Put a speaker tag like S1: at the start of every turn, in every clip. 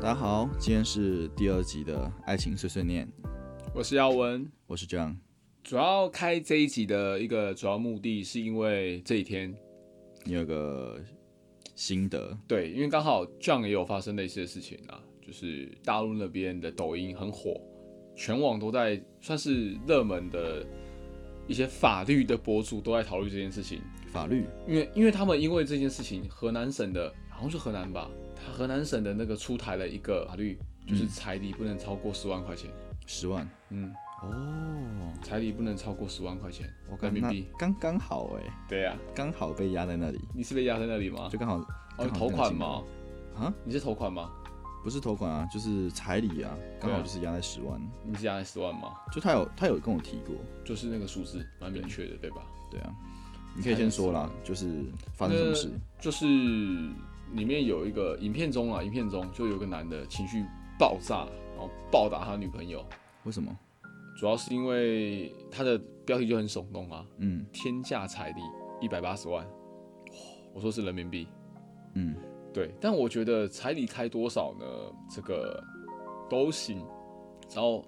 S1: 大家好，今天是第二集的《爱情碎碎念》，
S2: 我是耀文。
S1: 我是 John。
S2: 主要开这一集的一个主要目的，是因为这一天，
S1: 你有个心得，
S2: 对，因为刚好 John 也有发生类似的事情啊，就是大陆那边的抖音很火，全网都在算是热门的一些法律的博主都在讨论这件事情，
S1: 法律
S2: 因为因为他们因为这件事情，河南省的好像是河南吧，他河南省的那个出台了一个法律，就是彩礼不能超过十万块钱，
S1: 十万
S2: 嗯，
S1: 哦，
S2: 彩礼不能超过十万块钱
S1: 我
S2: 人
S1: 刚
S2: 民
S1: 那
S2: 币，
S1: 刚刚好哎、
S2: 对呀、
S1: 刚好被压在那里，
S2: 你是被压在那里吗？
S1: 就刚好
S2: 哦，
S1: 刚
S2: 你
S1: 好
S2: 投
S1: 那个
S2: 款
S1: 金额
S2: 吗？
S1: 啊，
S2: 你是投款吗？
S1: 不是投款啊，就是彩礼啊，刚好就是压在十万，
S2: 你是压十万吗？
S1: 就他有他有跟我提过，
S2: 就是那个数字蛮明确的，对吧？
S1: 对啊，你可以先说啦，呃就是发生什么事，
S2: 就是里面有一个影片中啊，影片中就有个男的情绪爆炸，然后暴打他女朋友，
S1: 为什么？
S2: 主要是因为他的标题就很耸动啊，
S1: 嗯
S2: 天价彩礼一百八十万，我说是人民币，
S1: 嗯，
S2: 对，但我觉得彩礼开多少呢？这个都行，然后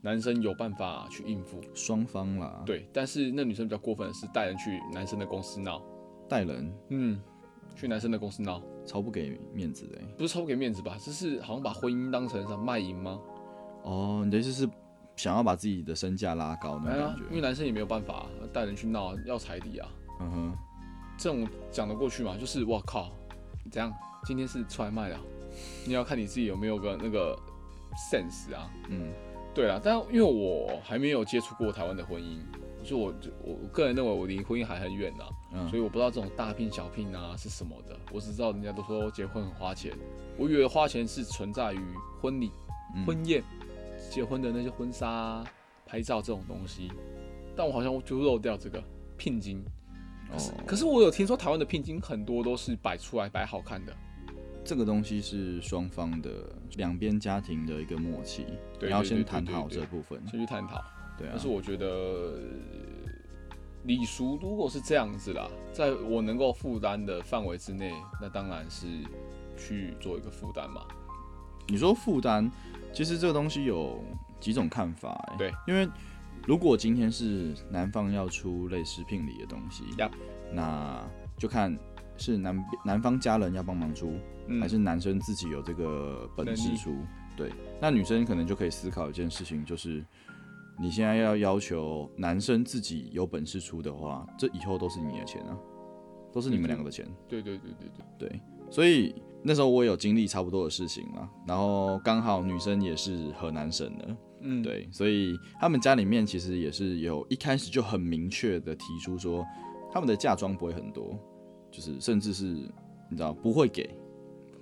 S2: 男生有办法去应付，
S1: 双方啦，，
S2: 对，但是那女生比较过分的是带人去男生的公司闹，
S1: 带人
S2: 嗯，去男生的公司闹，
S1: 超不给面子的、欸，
S2: 不是超不给面子吧？这是好像把婚姻当成像卖淫吗？
S1: 哦，你的意思是想要把自己的身价拉高那
S2: 哎
S1: 种
S2: 呀
S1: 感，
S2: 因
S1: 觉？
S2: 为男生也没有办法啊带人去闹，要彩礼啊，
S1: 嗯哼，
S2: 这种讲得过去吗？就是我靠，怎样？今天是出来卖的啊，你要看你自己有没有个那个 sense 啊。
S1: 嗯，
S2: 对啦，但因为我还没有接触过台湾的婚姻，所以我就我我个人认为我离婚姻还很远呐、
S1: 嗯
S2: 所以我不知道这种大聘小聘啊是什么的，我只知道人家都说结婚很花钱，我以为花钱是存在于婚礼、
S1: 嗯
S2: 婚宴、结婚的那些婚纱啊、拍照这种东西，但我好像就漏掉这个聘金。可是、
S1: 哦
S2: 可是我有听说台湾的聘金很多都是摆出来摆好看的，
S1: 这个东西是双方的两边家庭的一个默契，
S2: 对
S1: 你要
S2: 对
S1: 先
S2: 对
S1: 谈
S2: 对
S1: 好
S2: 对
S1: 这部分，
S2: 先去探讨。
S1: 对啊
S2: 但是，我觉得呃礼俗如果是这样子啦，在我能够负担的范围之内，那当然是去做一个负担嘛。
S1: 你说负担，其实这个东西有几种看法、欸，
S2: 对，
S1: 因为如果今天是男方要出类似聘礼的东西
S2: Yup
S1: 那就看是男男方家人要帮忙出，
S2: 嗯
S1: 还是男生自己有这个本事出。对，那女生可能就可以思考一件事情，就是你现在要要求男生自己有本事出的话，这以后都是你的钱啊，都是你们两个的钱。
S2: 对对对对对，
S1: 对，所以那时候我有经历差不多的事情嘛，然后刚好女生也是河南省的，
S2: 嗯，
S1: 对，所以他们家里面其实也是有一开始就很明确的提出说，他们的嫁妆不会很多，就是甚至是你知道不会给，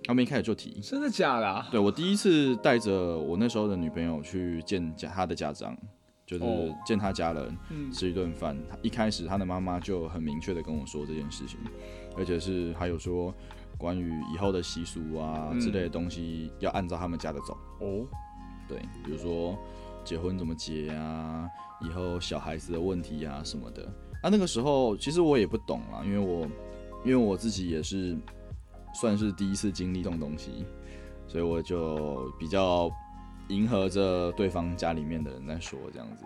S1: 他们一开始就提。
S2: 真的假的、啊？
S1: 对我第一次带着我那时候的女朋友去见家她的家长，就是
S2: 哦
S1: 见她家人，
S2: 嗯
S1: 吃一顿饭。她一开始她的妈妈就很明确的跟我说这件事情，而且是还有说关于以后的习俗啊
S2: 嗯
S1: 之类的东西要按照他们家的走。
S2: 哦，
S1: 对，比如说结婚怎么结啊，以后小孩子的问题啊什么的。啊，那个时候其实我也不懂啦，因为我因为我自己也是算是第一次经历这种东西，所以我就比较迎合着对方家里面的人在说这样子。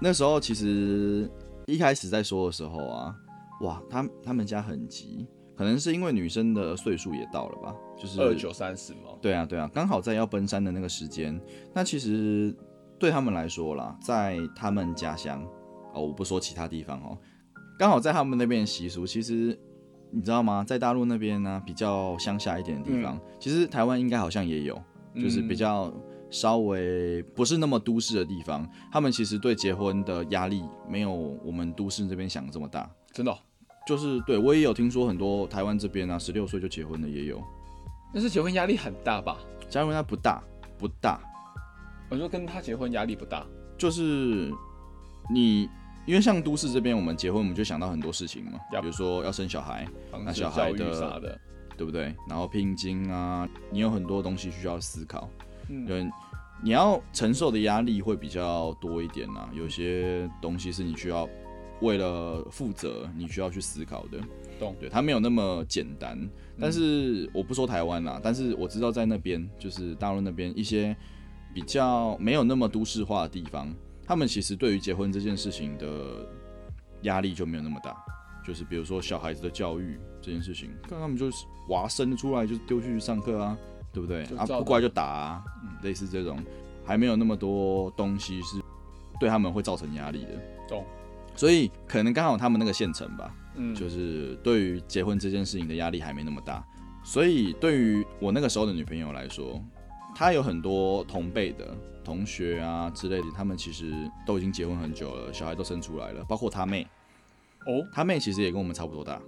S1: 那时候其实一开始在说的时候啊，哇，他他们家很急，可能是因为女生的岁数也到了吧，就是
S2: 二九三十嘛。
S1: 对啊，对啊，刚好在要奔山的那个时间。那其实对他们来说啦，在他们家乡哦，我不说其他地方哦，刚好在他们那边的习俗，其实你知道吗？在大陆那边呢、比较乡下一点的地方，其实台湾应该好像也有，嗯就是
S2: 嗯
S1: 比较稍微不是那么都市的地方，他们其实对结婚的压力没有我们都市这边想的这么大。
S2: 真的哦、
S1: 就是对我也有听说很多台湾这边啊，十六岁就结婚的也有，
S2: 但是结婚压力很大吧？
S1: 加入那不大不大，
S2: 我说跟他结婚压力不大，
S1: 就是你，因为像都市这边，我们结婚我们就想到很多事情嘛
S2: Yup
S1: 比如说要生小孩，
S2: 房
S1: 那
S2: 子
S1: 小孩
S2: 教育
S1: 的
S2: 啥的，
S1: 对不对？然后聘金啊，你有很多东西需要思考，
S2: 嗯，
S1: 对，啊你要承受的压力会比较多一点啦、有些东西是你需要为了负责你需要去思考的。
S2: 懂
S1: 对，它没有那么简单。
S2: 嗯
S1: 但是我不说台湾啦，但是我知道在那边，就是大陆那边一些比较没有那么都市化的地方，他们其实对于结婚这件事情的压力就没有那么大。就是比如说小孩子的教育这件事情，看他们就是娃生出来就丢去上课啊，对不对
S2: 就？
S1: 啊，
S2: 照
S1: 不乖就打啊，嗯类似这种，还没有那么多东西是对他们会造成压力的。
S2: 懂，
S1: 所以可能刚好他们那个县城吧，
S2: 嗯，
S1: 就是对于结婚这件事情的压力还没那么大，所以对于我那个时候的女朋友来说，她有很多同辈的同学啊之类的，他们其实都已经结婚很久了，小孩都生出来了，包括她妹，
S2: 哦，
S1: 她妹其实也跟我们差不多大，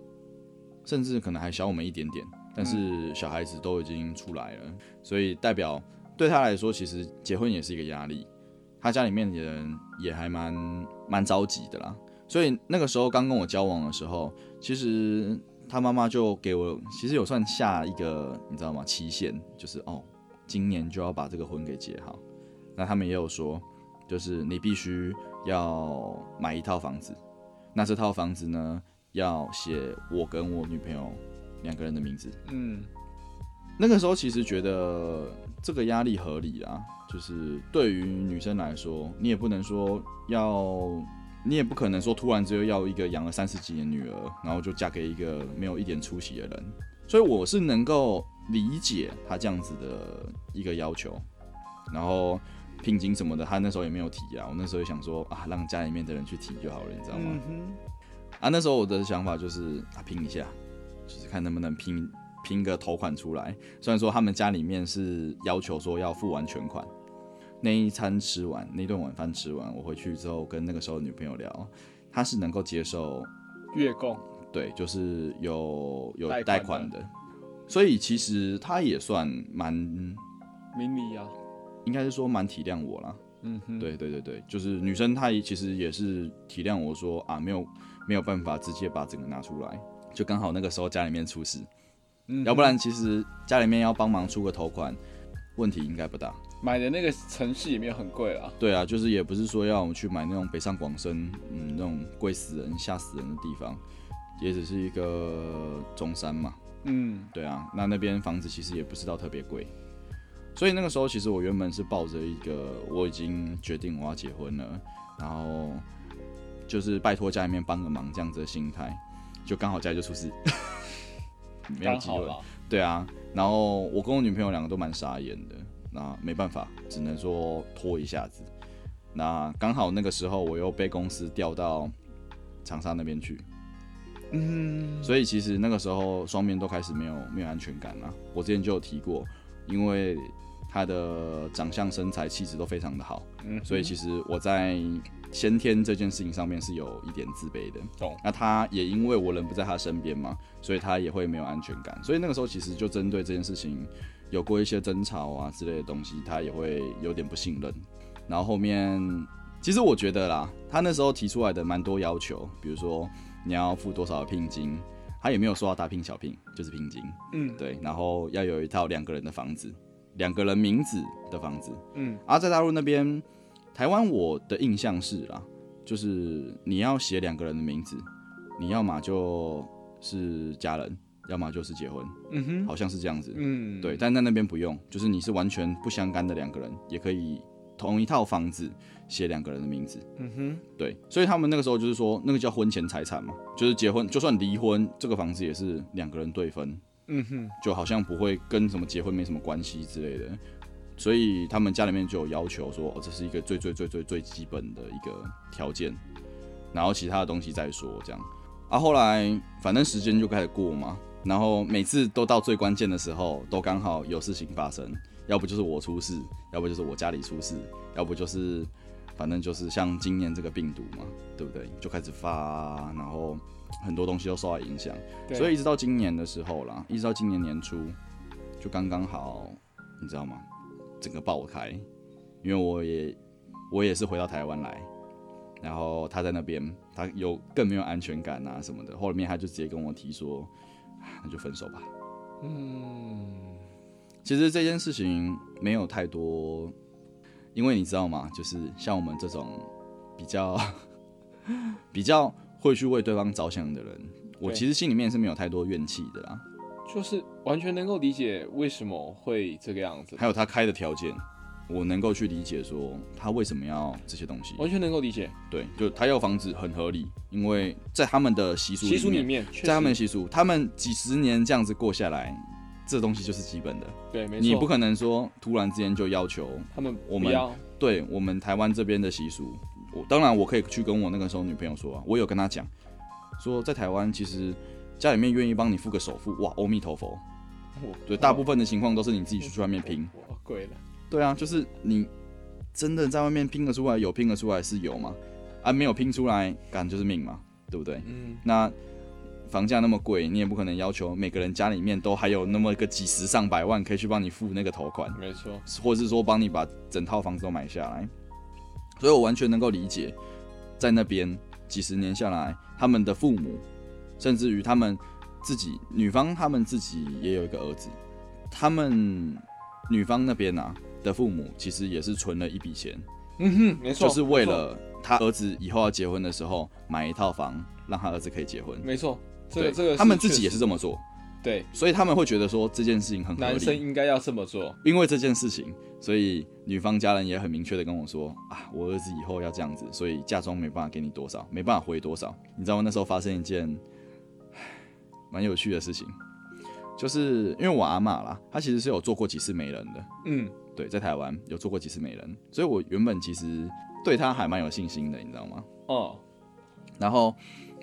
S1: 甚至可能还小我们一点点，但
S2: 嗯
S1: 是小孩子都已经出来了，所以代表对她来说，其实结婚也是一个压力。她家里面的人也还蛮蛮着急的啦，所以那个时候刚跟我交往的时候，其实她妈妈就给我，其实有算下一个你知道吗期限，就是哦，今年就要把这个婚给结好。那他们也有说，就是你必须要买一套房子，那这套房子呢，要写我跟我女朋友两个人的名字。
S2: 嗯，
S1: 那个时候其实觉得这个压力合理啦，就是对于女生来说，你也不能说要，你也不可能说突然之间要一个养了三十几年女儿，然后就嫁给一个没有一点出息的人。所以我是能够理解她这样子的一个要求，然后聘金什么的，她那时候也没有提啊。我那时候也想说啊，让家里面的人去提就好了，你知道吗？
S2: 嗯哼，
S1: 啊，那时候我的想法就是啊，拼一下，就是看能不能拼拼个头款出来。虽然说他们家里面是要求说要付完全款，那一餐吃完，那顿晚饭吃完，我回去之后跟那个时候的女朋友聊，她是能够接受，
S2: 月供，
S1: 对，就是有有
S2: 贷款的
S1: 贷款的，所以其实她也算蛮，
S2: 明理啊，
S1: 应该是说蛮体谅我啦。
S2: 嗯哼，，
S1: 对对对对，就是女生她也其实也是体谅我说啊，没有没有办法直接把整个拿出来，就刚好那个时候家里面出事，
S2: 嗯哼
S1: 要不然其实家里面要帮忙出个头款，问题应该不大。
S2: 买的那个程序也没有很贵啦，
S1: 对啊，就是也不是说要我们去买那种北上广深，嗯，那种贵死人、吓死人的地方，也只是一个中山嘛，
S2: 嗯，
S1: 对啊，那那边房子其实也不是到特别贵，所以那个时候其实我原本是抱着一个我已经决定我要结婚了，然后就是拜托家里面帮个忙这样子的心态，就刚好家里就出事， 没有
S2: 刚
S1: 机
S2: 好
S1: 会。
S2: 啦，
S1: 对啊，然后我跟我女朋友两个都蛮傻眼的，那没办法，只能说拖一下子。那刚好那个时候我又被公司调到长沙那边去，
S2: 嗯，
S1: 所以其实那个时候双面都开始没有没有安全感了。我之前就有提过，因为他的长相、身材、气质都非常的好，
S2: 嗯
S1: 所以其实我在先天这件事情上面是有一点自卑的。
S2: 懂，
S1: 那他也因为我人不在他身边嘛，所以他也会没有安全感。所以那个时候其实就针对这件事情有过一些争吵啊之类的东西，他也会有点不信任。然后后面其实我觉得啦，他那时候提出来的蛮多要求，比如说你要付多少的聘金，他也没有说要大聘小聘，就是聘金。
S2: 嗯
S1: 对，然后要有一套两个人的房子，两个人名字的房子。
S2: 嗯，
S1: 而、啊在大陆那边，台湾我的印象是啦，就是你要写两个人的名字，你要么就是家人，要么就是结婚，
S2: 嗯哼，
S1: 好像是这样子。
S2: 嗯，
S1: 对，但在那边不用，就是你是完全不相干的两个人，也可以同一套房子写两个人的名字。
S2: 嗯哼，
S1: 对，所以他们那个时候就是说，那个叫婚前财产嘛，就是结婚，就算离婚，这个房子也是两个人对分。
S2: 嗯哼，
S1: 就好像不会跟什么结婚没什么关系之类的，所以他们家里面就有要求说，哦，这是一个最最最最最基本的一个条件，然后其他的东西再说这样。啊，后来反正时间就开始过嘛，然后每次都到最关键的时候，都刚好有事情发生，要不就是我出事，要不就是我家里出事，要不就是反正就是像今年这个病毒嘛，对不对？就开始发，然后很多东西都受到影响。
S2: 对
S1: 所以一直到今年的时候啦，一直到今年年初，就刚刚好，你知道吗？整个爆开，因为我也我也是回到台湾来，然后他在那边，他有更没有安全感啊什么的。后面他就直接跟我提说，啊那就分手吧。
S2: 嗯，
S1: 其实这件事情没有太多， 因为你知道吗？就是像我们这种比较比较会去为对方着想的人，我
S2: 对
S1: 其实心里面是没有太多怨气的啦。
S2: 就是完全能够理解为什么会这个样子，
S1: 还有他开的条件，我能够去理解说他为什么要这些东西。
S2: 完全能够理解
S1: 对，就他要房子很合理，因为在他们的习俗
S2: 习俗
S1: 里
S2: 里
S1: 面，
S2: 面，确实
S1: 在他们习俗，他们几十年这样子过下来，这东西就是基本的。
S2: 对没错，
S1: 你不可能说突然之间就要求，
S2: 他们
S1: 我
S2: 不
S1: 们
S2: 要
S1: 对我们台湾这边的习俗，我当然我可以去跟我那个时候女朋友说啊，我有跟她讲，说在台湾其实家里面愿意帮你付个首付，哇，阿弥陀佛，
S2: 我
S1: 对，大部分的情况都是你自己出去外
S2: 哦
S1: 面拼，
S2: 我我跪了，
S1: 对啊，就是你真的在外面拼得出来，有拼得出来是有嘛，啊，没有拼出来，感就是命嘛，对不对？
S2: 嗯，
S1: 那房价那么贵，你也不可能要求每个人家里面都还有那么个几十上百万可以去帮你付那个头款，
S2: 没错，
S1: 或是说帮你把整套房子都买下来。所以我完全能够理解，在那边几十年下来，他们的父母，甚至于他们自己女方，他们自己也有一个儿子，他们女方那边啊的父母其实也是存了一笔钱，
S2: 嗯哼，没错，
S1: 就是为
S2: 没错
S1: 了他儿子以后要结婚的时候买一套房，让他儿子可以结婚。
S2: 没错，这个
S1: 对
S2: 这个
S1: 他们自
S2: 确
S1: 己也
S2: 实
S1: 是这么做，
S2: 对，
S1: 所以他们会觉得说这件事情很合
S2: 男生
S1: 理。
S2: 应该要这么做，
S1: 因为这件事情，所以女方家人也很明确的跟我说啊，我儿子以后要这样子，所以嫁妆没办法给你多少，没办法回多少。你知道吗？那时候发生一件唉蛮有趣的事情，就是因为我阿嬷啦，她其实是有做过几次媒人的，
S2: 嗯，
S1: 对，在台湾有做过几次媒人，所以我原本其实对她还蛮有信心的，你知道吗？
S2: 哦，
S1: 然后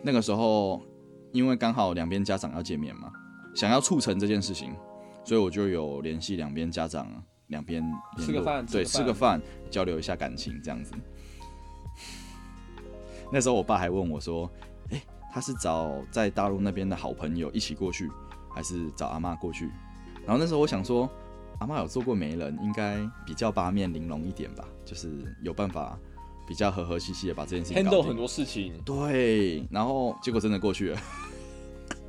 S1: 那个时候，因为刚好两边家长要见面嘛，想要促成这件事情，所以我就有联系两边家长，两边联络
S2: 吃个饭
S1: 对，
S2: 吃
S1: 吃
S2: 个
S1: 个饭，交流一下感情这样子。 那时候我爸还问我说：“诶，他是找在大陆那边的好朋友一起过去，还是找阿妈过去？”然后那时候我想说，阿妈有做过媒人，应该比较八面玲珑一点吧，就是有办法比较和和气气的把这件事情搞
S2: handle
S1: 定。
S2: 很多事情，
S1: 对，然后结果真的过去了。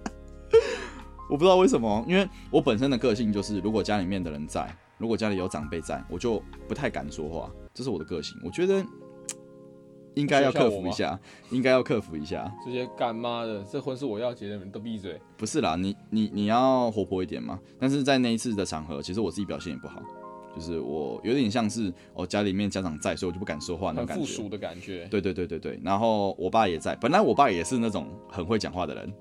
S1: 我不知道为什么，因为我本身的个性就是，如果家里面的人在，如果家里有长辈在，我就不太敢说话，这是我的个性。我觉得应该要克服一下，应该要克服一下。
S2: 这些干妈的，这婚是我要结的，你们都闭嘴，
S1: 不是啦，你你你要活泼一点嘛。但是在那一次的场合，其实我自己表现也不好，就是我有点像是哦家里面家长在，所以我就不敢说话那种
S2: 很
S1: 感觉。
S2: 附属的感觉，
S1: 对对对对对，然后我爸也在，本来我爸也是那种很会讲话的人，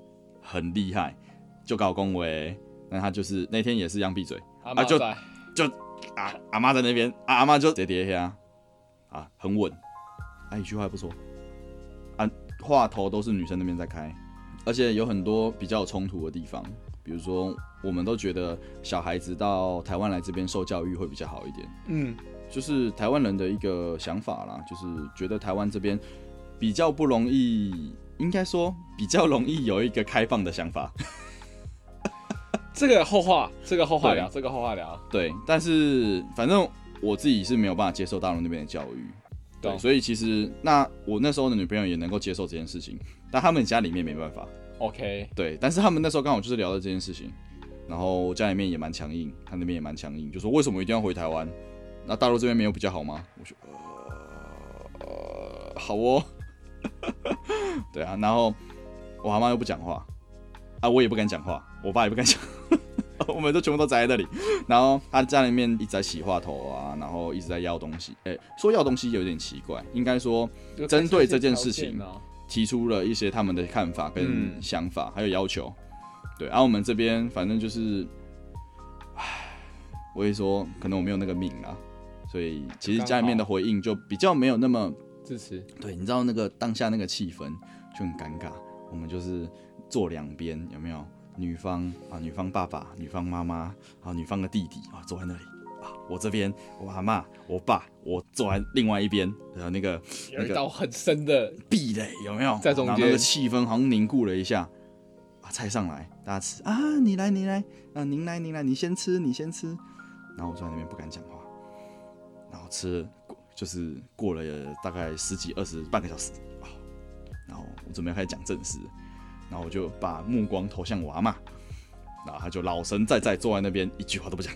S1: 很厉害，就搞恭维。那他就是那天也是一样闭嘴
S2: 阿妈
S1: 就
S2: 在，
S1: 啊，阿妈在那边啊，阿妈就喋喋呀，啊，很稳，啊，一句话也不说，啊，话头都是女生那边在开，而且有很多比较有冲突的地方，比如说我们都觉得小孩子到台湾来这边受教育会比较好一点，
S2: 嗯，
S1: 就是台湾人的一个想法啦，就是觉得台湾这边比较不容易，应该说比较容易有一个开放的想法。
S2: 这个后话，这个后话
S1: 对
S2: 聊，这个后话聊，
S1: 对，但是反正我自己是没有办法接受大陆那边的教育，对，
S2: 懂
S1: 所以其实那我那时候的女朋友也能够接受这件事情，但他们家里面没办法，
S2: ，OK，
S1: 对，但是他们那时候刚好就是聊到这件事情，然后我家里面也蛮强硬，他那边也蛮强硬，就说为什么一定要回台湾？那大陆这边没有比较好吗？我说呃呃好哦， 对啊，然后我阿妈又不讲话，啊我也不敢讲话，我爸也不敢讲， 我们都全部都宅在那里，然后他家里面一直在洗话头啊，然后一直在要东西，哎、说要东西有点奇怪，应该说
S2: 就
S1: 针对这件
S2: 开始
S1: 事
S2: 一些条
S1: 情
S2: 件啊
S1: 提出了一些他们的看法跟
S2: 嗯
S1: 想法，还有要求。对，而、啊我们这边反正就是，唉，我也说可能我没有那个命啊，所以其实
S2: 刚
S1: 家里面的回应就比较没有那么
S2: 支持，
S1: 对，你知道那个当下那个气氛就很尴尬。我们就是坐两边，有没有？女方啊，女方爸爸，女方妈妈，啊，女方的弟弟啊，坐在那里啊，我这边，我阿妈，我爸，我坐在另外一边，然后那个
S2: 有一道很深的，
S1: 壁垒有没有？
S2: 在中间
S1: 然后那个气氛好像凝固了一下。啊，菜上来，大家吃啊，你来，你来，啊，您来，您来，你先吃，你先吃。然后我坐在那边不敢讲话，然后吃了过就是过了大概十几、二十、半个小时啊，然后我准备开始讲正事，然后我就把目光投向我阿妈，然后他就老神在在坐在那边一句话都不讲，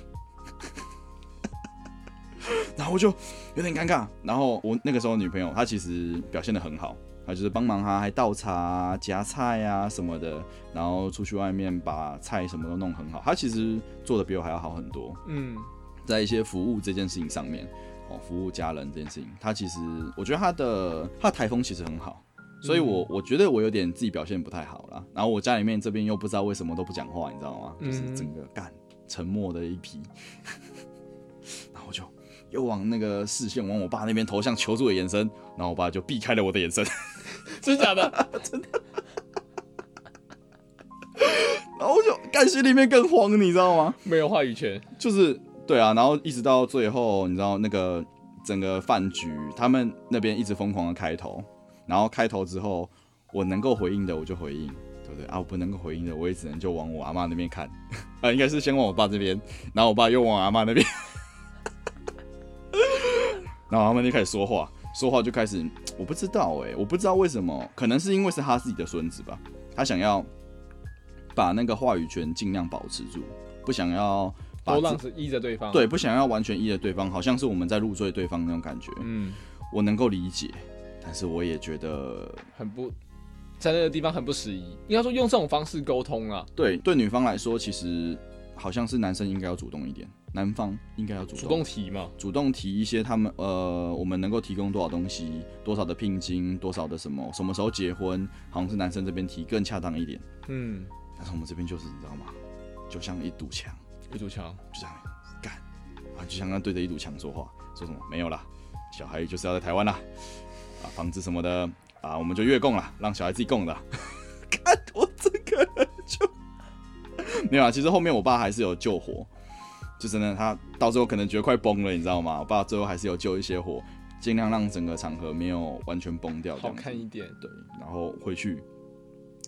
S1: 然后我就有点尴尬。然后我那个时候女朋友她其实表现的很好，他就是帮忙他还倒茶、啊、夹菜啊什么的，然后出去外面把菜什么都弄很好。他其实做的比我还要好很多，
S2: 嗯，
S1: 在一些服务这件事情上面，哦，服务家人这件事情，他其实我觉得他的他的台风其实很好，所以我我觉得我有点自己表现不太好啦。然后我家里面这边又不知道为什么都不讲话，你知道吗？
S2: 嗯
S1: 就是整个干沉默的一批， 然后我就又往那个视线往我爸那边投向求助的眼神，然后我爸就避开了我的眼神。
S2: 真假的？
S1: 然后我就干心里面更慌，你知道吗？
S2: 没有话语 权，
S1: 就是对啊，然后一直到最后，你知道那个整个饭局，他们那边一直疯狂的开头，然后开头之后，我能够回应的我就回应，对不对啊？我不能够回应的，我也只能就往我阿妈那边看， 啊，应该是先往我爸这边，然后我爸又往阿妈那边，然后他们就开始说话，说话就开始，我不知道哎、我不知道为什么，可能是因为是他自己的孙子吧，他想要把那个话语权尽量保持住，不想要把
S2: 都
S1: 自
S2: 让是依着对方。，
S1: 对，不想要完全依着对方，好像是我们在入赘对方那种感觉，
S2: 嗯，
S1: 我能够理解，但是我也觉得，
S2: 很不在那个地方很不适宜。应该说用这种方式沟通啊，
S1: 对对女方来说，其实好像是男生应该要主动一点，男方应该要主动
S2: 主动提嘛。
S1: 主动提一些他们呃，我们能够提供多少东西，多少的聘金，多少的什么，什么时候结婚，好像是男生这边提更恰当一点，
S2: 嗯，
S1: 但是我们这边就是你知道吗？就像一堵墙，
S2: 一堵墙，
S1: 就这样干，啊，就像他对着一堵墙说话，说什么没有啦，小孩就是要在台湾啦，啊，房子什么的啊，我们就月供啦， 让小孩自己供的。看我这个人就 没有啊，其实后面我爸还是有救火，就真的他到最后可能觉得快崩了，你知道吗？我爸最后还是有救一些火，尽量让整个场合没有完全崩掉。这
S2: 好
S1: 样子
S2: 看一点。
S1: 对，然后回去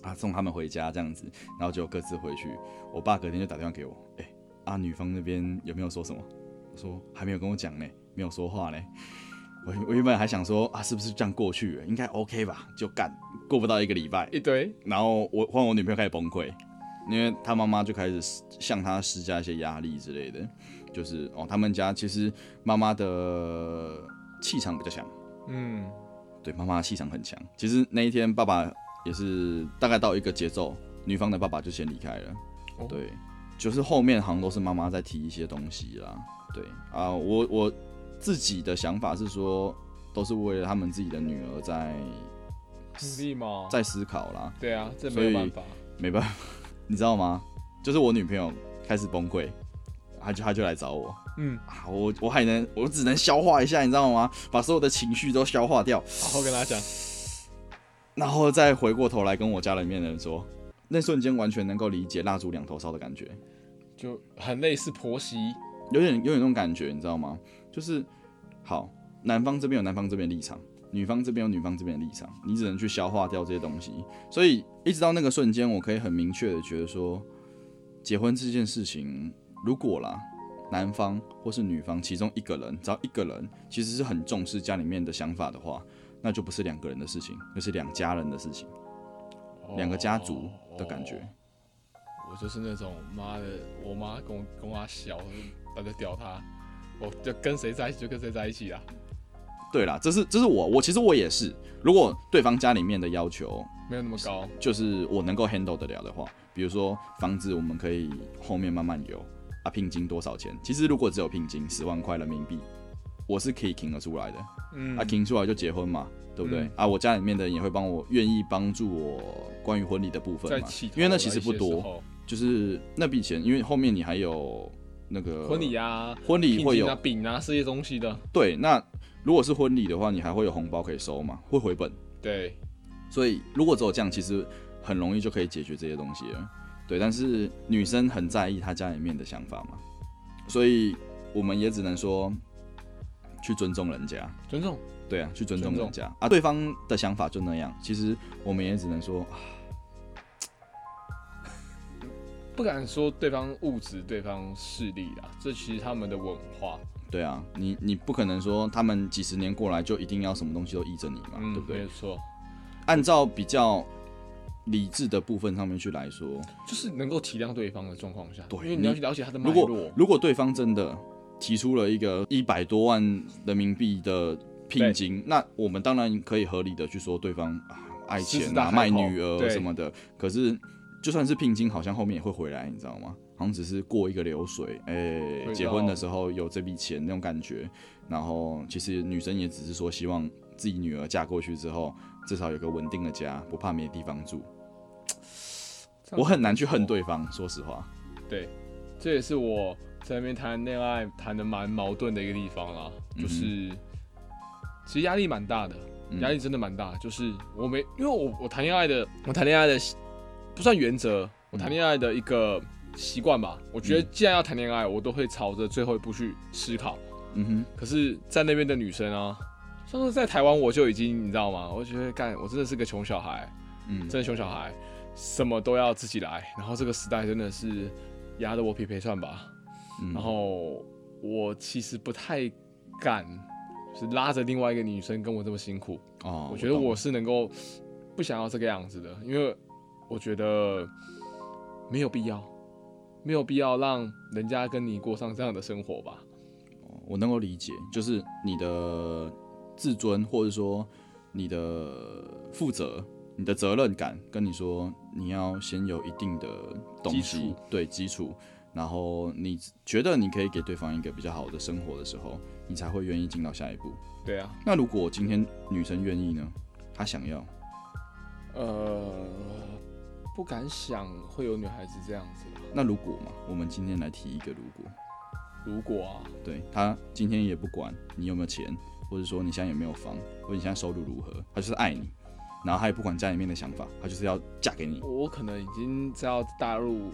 S1: 啊送他们回家这样子，然后就各自回去。我爸隔天就打电话给我，哎、啊女方那边有没有说什么？我说还没有跟我讲呢，没有说话呢。我我原本还想说啊是不是这样过去了应该 OK 吧，就干过不到一个礼拜，
S2: 一堆，
S1: 然后我换我女朋友开始崩溃，因为她妈妈就开始施向她施加一些压力之类的，就是哦他们家其实妈妈的气场比较强。
S2: 嗯，
S1: 对，妈妈的气场很强。其实那一天爸爸也是大概到一个节奏，女方的爸爸就先离开了。
S2: 哦
S1: 对，就是后面好像都是妈妈在提一些东西啦。对啊，我我自己的想法是说，都是为了他们自己的女儿在
S2: 努力嘛。
S1: 在思考啦，
S2: 对啊，这
S1: 所
S2: 没
S1: 以
S2: 有办法。
S1: 没办法， 你知道吗？就是我女朋友开始崩溃，她就她就来找我。
S2: 嗯，
S1: 啊，我我还能我只能消化一下，你知道吗？把所有的情绪都消化掉，
S2: 好好跟他讲。
S1: 然后再回过头来跟我家里面的人说，那瞬间完全能够理解蜡烛两头烧的感觉，
S2: 就很类似婆媳，
S1: 有点有点那种感觉，你知道吗？就是好，男方这边有男方这边的立场，女方这边有女方这边的立场，你只能去消化掉这些东西。所以一直到那个瞬间，我可以很明确的觉得说，结婚这件事情，如果啦。男方或是女方其中一个人，只要一个人其实是很重视家里面的想法的话，那就不是两个人的事情，那是两家人的事情。两个家族的感觉
S2: 哦。我就是那种妈的，我妈跟我跟我妈小，我就屌她，我就跟谁在一起就跟谁在一起啦。啊
S1: 对啦，这是这是我我其实我也是，如果对方家里面的要求
S2: 没有那么高，
S1: 就是我能够 handle 得了的话，比如说房子我们可以后面慢慢有啊，聘金多少钱？其实如果只有聘金十万块人民币，我是可以 king 得出来的，
S2: 嗯
S1: 啊 king 出来就结婚嘛，对不对？
S2: 嗯
S1: 啊，我家里面的人也会帮我愿意帮助我关于婚礼的部分
S2: 在
S1: 嘛
S2: 起，头
S1: 因为那其实不
S2: 的一些时
S1: 多，
S2: 候，
S1: 就是那笔钱，因为后面你还有那个
S2: 婚礼啊，
S1: 婚礼会呃有
S2: 聘金啊饼啊这些东西的，
S1: 对，那如果是婚礼的话，你还会有红包可以收嘛，会回本。
S2: 对，
S1: 所以如果只有这样，其实很容易就可以解决这些东西了。对，但是女生很在意她家里面的想法嘛，所以我们也只能说去尊重人家。
S2: 尊重，
S1: 对啊，去尊重
S2: 尊
S1: 人
S2: 重
S1: 家啊，对方的想法就那样，其实我们也只能说啊
S2: 不敢说对方物质，对方势力啦，这其实他们的文化，
S1: 对啊，你你不可能说他们几十年过来就一定要什么东西都依着你嘛，
S2: 嗯，
S1: 对不对
S2: 没？错，
S1: 按照比较理智的部分上面去来说，
S2: 就是能够体谅对方的状况下，
S1: 对
S2: 因为你
S1: 你
S2: 要去了解他的脉
S1: 如
S2: 络
S1: 果，如果对方真的提出了一个一百多万人民币的聘金，那我们当然可以合理的去说对方啊爱
S2: 狮
S1: 钱
S2: 子
S1: 啊、
S2: 大
S1: 卖
S2: 开口
S1: 女儿
S2: 对
S1: 什么的，可是就算是聘金，好像后面也会回来，你知道吗？好像只是过一个流水，哎、
S2: 回
S1: 结婚的
S2: 到
S1: 时候有这笔钱那种感觉，然后其实女生也只是说希望自己女儿嫁过去之后，至少有个稳定的家，不怕没地方住。
S2: 这样
S1: 我很难去
S2: 很
S1: 恨
S2: 不错
S1: 对方，说实话。
S2: 对，这也是我在那边谈恋爱谈的蛮矛盾的一个地方啦，就是、其实压力蛮大的，
S1: 嗯
S2: 压力真的蛮大。就是我没，因为我我谈恋爱的，我谈恋爱的不算原则，我谈恋爱的一个习惯吧。我觉得既然要谈恋爱，我都会朝着最后一步去思考。
S1: 嗯哼，
S2: 可是，在那边的女生啊，像是在台湾，我就已经你知道吗？我觉得干，我真的是个穷小孩。
S1: 嗯，
S2: 真的穷小孩，什么都要自己来。然后这个时代真的是压得我匹配算吧。
S1: 嗯
S2: 然后我其实不太敢，就是拉着另外一个女生跟我这么辛苦。
S1: 哦，
S2: 我觉得
S1: 懂
S2: 我是能够不想要这个样子的，因为我觉得没有必要，没有必要让人家跟你过上这样的生活吧。
S1: 我能够理解，就是你的自尊，或者说你的负责、你的责任感，跟你说你要先有一定的东
S2: 基
S1: 西
S2: 础，
S1: 对基础，然后你觉得你可以给对方一个比较好的生活的时候，你才会愿意进到下一步。
S2: 对啊，
S1: 那如果今天女生愿意呢？她想要，
S2: 呃，不敢想会有女孩子这样子吧。
S1: 那如果嘛，我们今天来提一个如果，
S2: 如果啊，
S1: 对她今天也不管你有没有钱，或者说你现在有没有房，或者你现在收入如何，她就是爱你，然后她也不管家里面的想法，她就是要嫁给你。
S2: 我可能已经知道大陆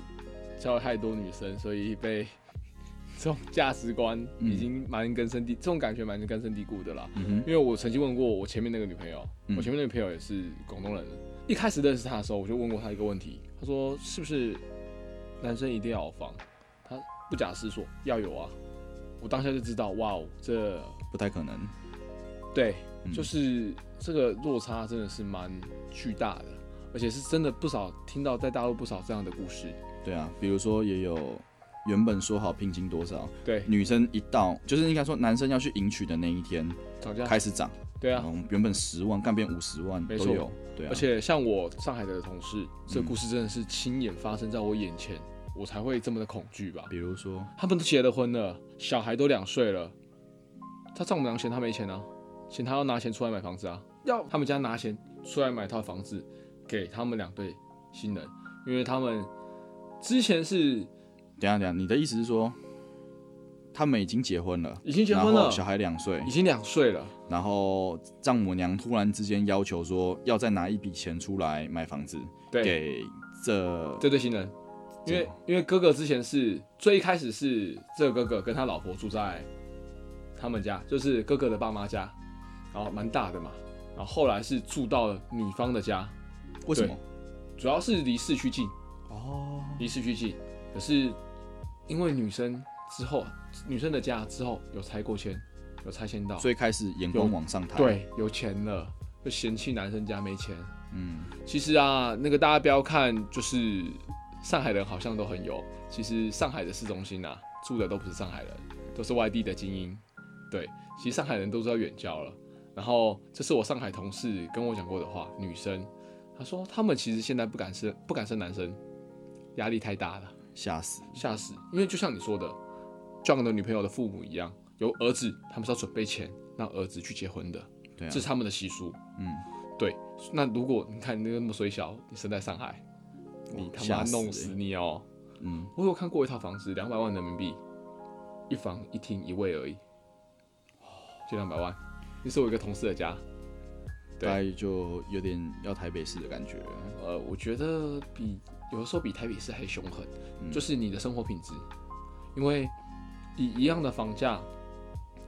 S2: 教了太多女生，所以被 这种价值观
S1: 嗯
S2: 已经蛮根深蒂，这种感觉蛮根深蒂固的啦。
S1: 嗯哼，
S2: 因为我曾经问过我前面那个女朋友，
S1: 嗯
S2: 我前面那个朋友也是广东人，一开始认识她的时候，我就问过她一个问题，她说是不是男生一定要有房？她不假思索，要有啊。我当下就知道，哇哦，这
S1: 不太可能。
S2: 对，
S1: 嗯
S2: 就是这个落差真的是蛮巨大的，而且是真的不少听到在大陆不少这样的故事。
S1: 对啊，比如说也有原本说好聘金多少，
S2: 对，
S1: 女生一到就是应该说男生要去迎娶的那一天
S2: 吵架
S1: 开始涨，
S2: 对
S1: 然
S2: 啊，
S1: 后原本十万干变五十万
S2: 没
S1: 都
S2: 错
S1: 有，对啊，嗯
S2: 而且像我上海的同事，这个故事真的是亲眼发生在我眼前，我才会这么的恐惧吧。
S1: 比如说
S2: 他们都结了婚了，小孩都两岁了，他丈母娘嫌他没钱啊，嫌他要拿钱出来买房子啊，要他们家拿钱出来买套房子给他们两对新人，因为他们之前是
S1: 等一下等一下，你的意思是说他们已经结婚了，
S2: 已经结婚
S1: 然
S2: 了
S1: 后，小孩两岁
S2: 已，经两岁了，
S1: 然后丈母娘突然之间要求说要再拿一笔钱出来买房子
S2: 对，
S1: 给这
S2: 这对新人，因为因为哥哥之前是最一开始是这个哥哥跟他老婆住在他们家，就是哥哥的爸妈家，然后蛮大的嘛，然后后来是住到了女方的家，
S1: 为什么？
S2: 主要是离市区近，
S1: 哦，
S2: 离市区近，可是因为女生之后女生的家之后有拆过迁，有拆迁到，
S1: 所以开始眼光往上抬，，
S2: 对，有钱了就嫌弃男生家没钱，
S1: 嗯
S2: 其实啊，那个大家不要看，就是上海人好像都很有，其实上海的市中心啊，住的都不是上海人，都是外地的精英。对，其实上海人都知道远郊了。然后这是我上海同事跟我讲过的话，女生，她说她们其实现在不敢生，不敢生男生，压力太大了，
S1: 吓死，
S2: 吓死。因为就像你说的，John 的女朋友的父母一样，有儿子，他们是要准备钱让儿子去结婚的，
S1: 对啊
S2: 这，是他们的习俗。
S1: 嗯。
S2: 对，那如果你看你那个那么水小，你生在上海，你他妈
S1: 吓死
S2: 弄
S1: 欸
S2: 死你哦！
S1: 嗯，
S2: 我有看过一套房子，两百万人民币，一房一厅一卫而已，就两百万。那是我一个同事的家，对
S1: 大概就有点要台北市的感觉。
S2: 呃，我觉得比有的时候比台北市还凶狠，
S1: 嗯
S2: 就是你的生活品质，因为以一样的房价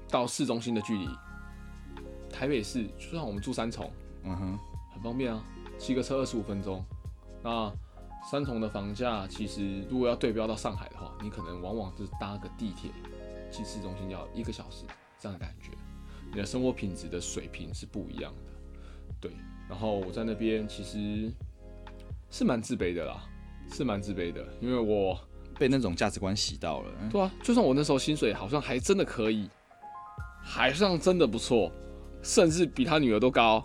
S2: 到市中心的距离，台北市就算我们住三重，
S1: 嗯哼，
S2: 很方便啊，骑个车二十五分钟。那三重的房价其实如果要对标到上海的话，你可能往往就是搭个地铁去市中心要一个小时这样的感觉，你的生活品质的水平是不一样的。对，然后我在那边其实是蛮自卑的啦，是蛮自卑的，因为我
S1: 被那种价值观洗到了。
S2: 对啊，就算我那时候薪水好像还真的可以，还算真的不错，甚至比他女儿都高，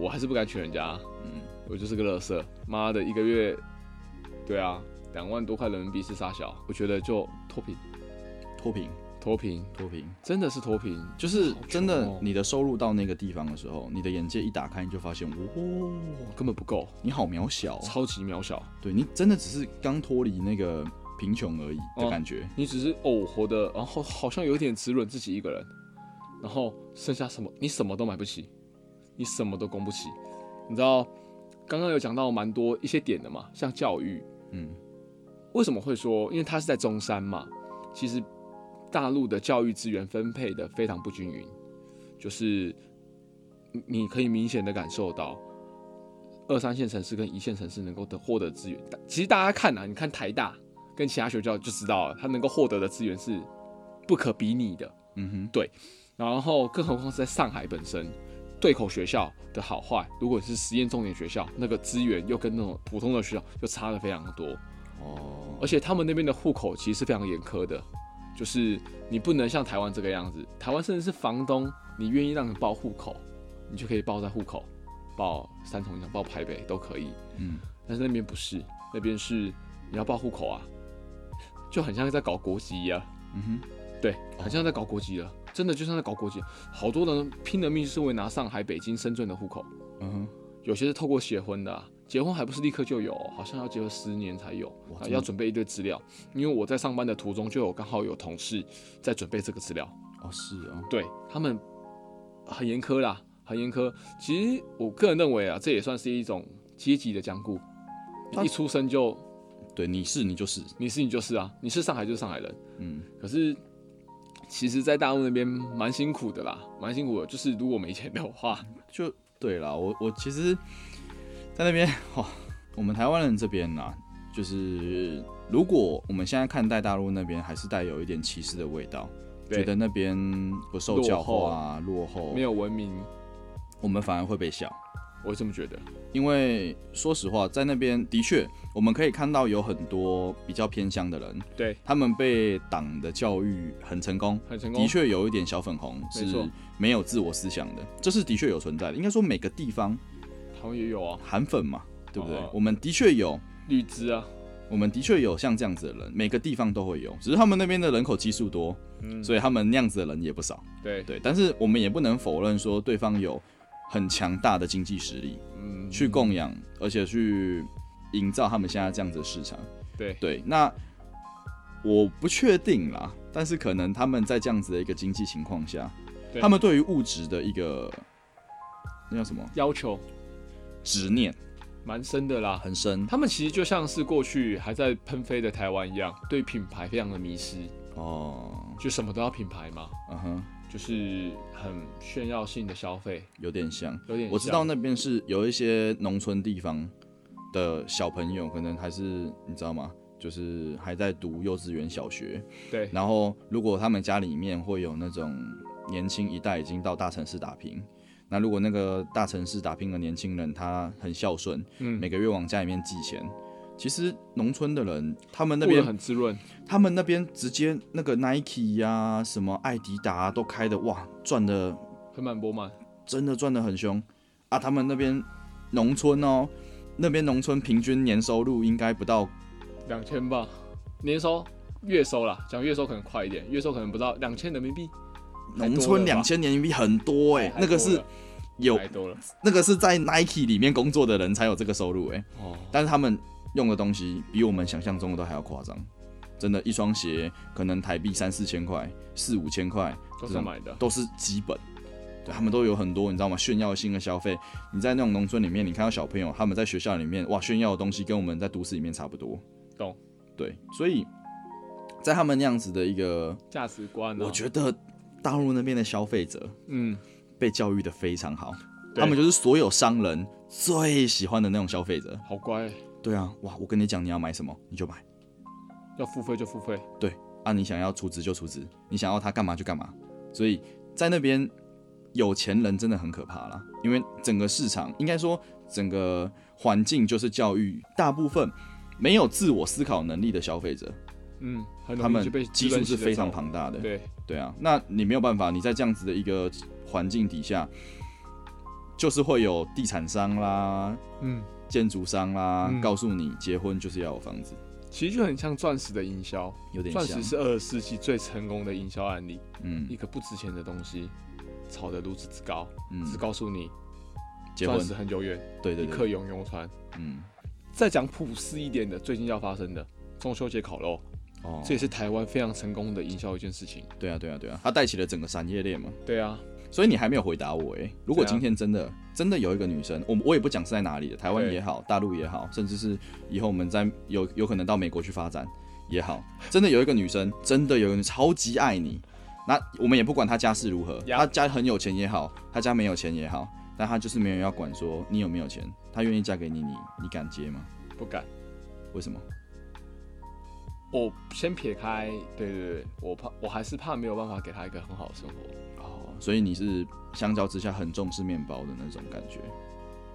S2: 我还是不敢娶人家。嗯，我就是个乐色，妈的，一个月，对啊，两万多块人民币是啥小？我觉得就脱贫，
S1: 脱贫，
S2: 脱贫，
S1: 脱贫，
S2: 真的是脱贫，
S1: 就是
S2: 好穷
S1: 真的
S2: 哦，
S1: 你的收入到那个地方的时候，你的眼界一打开，你就发现，哇，
S2: 根本不够，
S1: 你好渺小哦、
S2: 超级渺小。
S1: 对你真的只是刚脱离那个贫穷而已的
S2: 哦
S1: 感觉。
S2: 你只是哦，我活的，然后好像有点只轮自己一个人，然后剩下什么你什么都买不起，你什么都供不起。你知道刚刚有讲到蛮多一些点的嘛，像教育，
S1: 嗯，
S2: 为什么会说？因为它是在中山嘛，其实大陆的教育资源分配的非常不均匀，就是你你可以明显的感受到。二三线城市跟一线城市能够得获得资源，但其实大家看啊，你看台大跟其他学校就知道了，它能够获得的资源是不可比拟的。
S1: 嗯哼，
S2: 然后，更何况是在上海本身，对口学校的好坏，如果是实验重点学校，那个资源又跟那种普通的学校就差的非常多。
S1: 哦，
S2: 而且他们那边的户口其实是非常严苛的，就是你不能像台湾这个样子，台湾甚至是房东，你愿意让你报户口，你就可以报在户口，报三重阳、报台北都可以。
S1: 嗯，
S2: 但是那边不是，那边是你要报户口啊，就很像在搞国籍一样。
S1: 嗯
S2: 对，很像在搞国籍了，真的就像在搞国籍，好多人拼了命是为拿上海、北京、深圳的户口，
S1: 哼，嗯哼，
S2: 有些是透过结婚的、啊，结婚还不是立刻就有、哦好像要结合十年才有，
S1: 哇
S2: 啊
S1: 真的
S2: 要准备一堆资料。因为我在上班的途中就有刚好有同事在准备这个资料，
S1: 哦是哦，
S2: 对他们很严苛啦，很严苛。其实我个人认为啊，这也算是一种阶级的僵固，你
S1: 但
S2: 一出生就
S1: 对，你是你就是，
S2: 你是你就是啊，你是上海就是上海人。
S1: 嗯，
S2: 可是其实，在大陆那边蛮辛苦的啦，蛮辛苦的。就是如果没钱的 话，
S1: 就对啦，我我其实，在那边哇，我们台湾人这边呢、就是如果我们现在看待大陆那边，还是带有一点歧视的味道，
S2: 对
S1: 觉得那边不受
S2: 落
S1: 教化啊，落后，
S2: 没有文明，
S1: 我们反而会被笑。
S2: 我这么觉得。
S1: 因为说实话，在那边的确，我们可以看到有很多比较偏乡的人，
S2: 对，
S1: 他们被党的教育很成功，
S2: 很成功
S1: 的。确有一点小粉红是
S2: 没错
S1: 没有自我思想的，这是的确有存在的。应该说每个地方
S2: 台湾也有啊，
S1: 韩粉嘛，对不对？
S2: 哦
S1: 我们的确有，
S2: 绿枝啊，
S1: 我们的确有像这样子的人，每个地方都会有，只是他们那边的人口基数多，
S2: 嗯，
S1: 所以他们那样子的人也不少。
S2: 对，
S1: 对，但是我们也不能否认说对方有很强大的经济实力
S2: 嗯，
S1: 去供养，而且去营造他们现在这样子的市场。
S2: 对，
S1: 对，那我不确定啦，但是可能他们在这样子的一个经济情况下，
S2: 对
S1: 他们对于物质的一个那叫什么
S2: 要求
S1: 执念
S2: 蛮深的啦。
S1: 很深
S2: 他们其实就像是过去还在喷飞的台湾一样，对品牌非常的迷失，
S1: 哦，
S2: 就什么都要品牌嘛，
S1: 嗯哼，
S2: 就是很炫耀性的消费，
S1: 有点像。
S2: 有点
S1: 我知
S2: 像
S1: 道那边是有一些农村地方的小朋友，可能还是你知道吗？就是还在读幼稚园、小学，
S2: 对，
S1: 然后如果他们家里面会有那种年轻一代已经到大城市打拼，那如果那个大城市打拼的年轻人他很孝顺，
S2: 嗯，
S1: 每个月往家里面寄钱，其实农村的人他们那
S2: 过得
S1: 边
S2: 很滋润，
S1: 他们那边直接那个 Nike 呀、什么艾迪达啊、都开的哇，赚的
S2: 很满钵满，
S1: 真的赚的很凶啊！他们那边农村哦，那边农村平均年收入应该不到，
S2: 两千吧，年收月收啦，讲月收可能快一点，月收可能不到两千人民币，太多了吧
S1: 农村两千年币很多哎、那个是有
S2: 太多了
S1: 那个是在 Nike 里面工作的人才有这个收入哎、
S2: 哦，
S1: 但是他们用的东西比我们想象中的都还要夸张，真的，一双鞋可能台币三四千块、四五千块，
S2: 都
S1: 这
S2: 是
S1: 种
S2: 买的，
S1: 都是基本。对他们都有很多你知道吗？炫耀性的消费，你在那种农村里面，你看到小朋友他们在学校里面哇炫耀的东西，跟我们在都市里面差不多。
S2: 懂？
S1: 对，所以在他们那样子的一个，
S2: 价值观啊，
S1: 我觉得大陆那边的消费者
S2: 嗯，
S1: 被教育的非常好，
S2: 对
S1: 他们就是所有商人最喜欢的那种消费者。
S2: 好乖，
S1: 对啊，哇，我跟你讲，你要买什么你就买
S2: 要付费就付费，
S1: 啊，你想要储值就储值，你想要他干嘛就干嘛。所以在那边有钱人真的很可怕啦，因为整个市场应该说整个环境就是教育，大部分没有自我思考能力的消费者，
S2: 嗯，很
S1: 他
S2: 容易
S1: 们
S2: 就被
S1: 基
S2: 资
S1: 数
S2: 本洗
S1: 是
S2: 得
S1: 非常
S2: 走，
S1: 庞大的。
S2: 对，
S1: 对啊，那你没有办法，你在这样子的一环境底下，就是会有地产商啦、
S2: 嗯，
S1: 建筑商啦，
S2: 嗯
S1: 告诉你结婚就是要有房子，
S2: 其实就很像钻石的营销，
S1: 有点
S2: 钻
S1: 像
S2: 石，是二十世纪最成功的营销案例，
S1: 嗯
S2: 一个不值钱的东西，炒得如此之高，只
S1: 嗯，
S2: 告诉你
S1: 结婚
S2: 钻，石很久远，
S1: 对
S2: 一
S1: 对
S2: 刻
S1: 对，
S2: 永流传。
S1: 嗯，
S2: 再讲普世一点的，最近要发生的中秋节烤肉，
S1: 哦
S2: 这，也是台湾非常成功的营销一件事情。
S1: 对啊对啊对啊，它带起了整个产业链嘛。
S2: 对啊，
S1: 所以你还没有回答我诶、如果今天真的真的有一个女生，我我也不讲是在哪里的，台湾
S2: 对
S1: 也好，大陆也好，甚至是以后我们在有有可能到美国去发展也好，真的有一个女生， 真的有一个人超级爱你，那我们也不管她家世如何，
S2: 呀
S1: 她家很有钱也好，她家没有钱也好，但她就是没有人要管说你有没有钱，她愿意嫁给你，你你敢接吗？
S2: 不敢。
S1: 为什么？
S2: 我先撇开，对对对，我怕我还是怕没有办法给他一个很好的生活。
S1: 哦，所以你是相较之下很重视面包的那种感觉，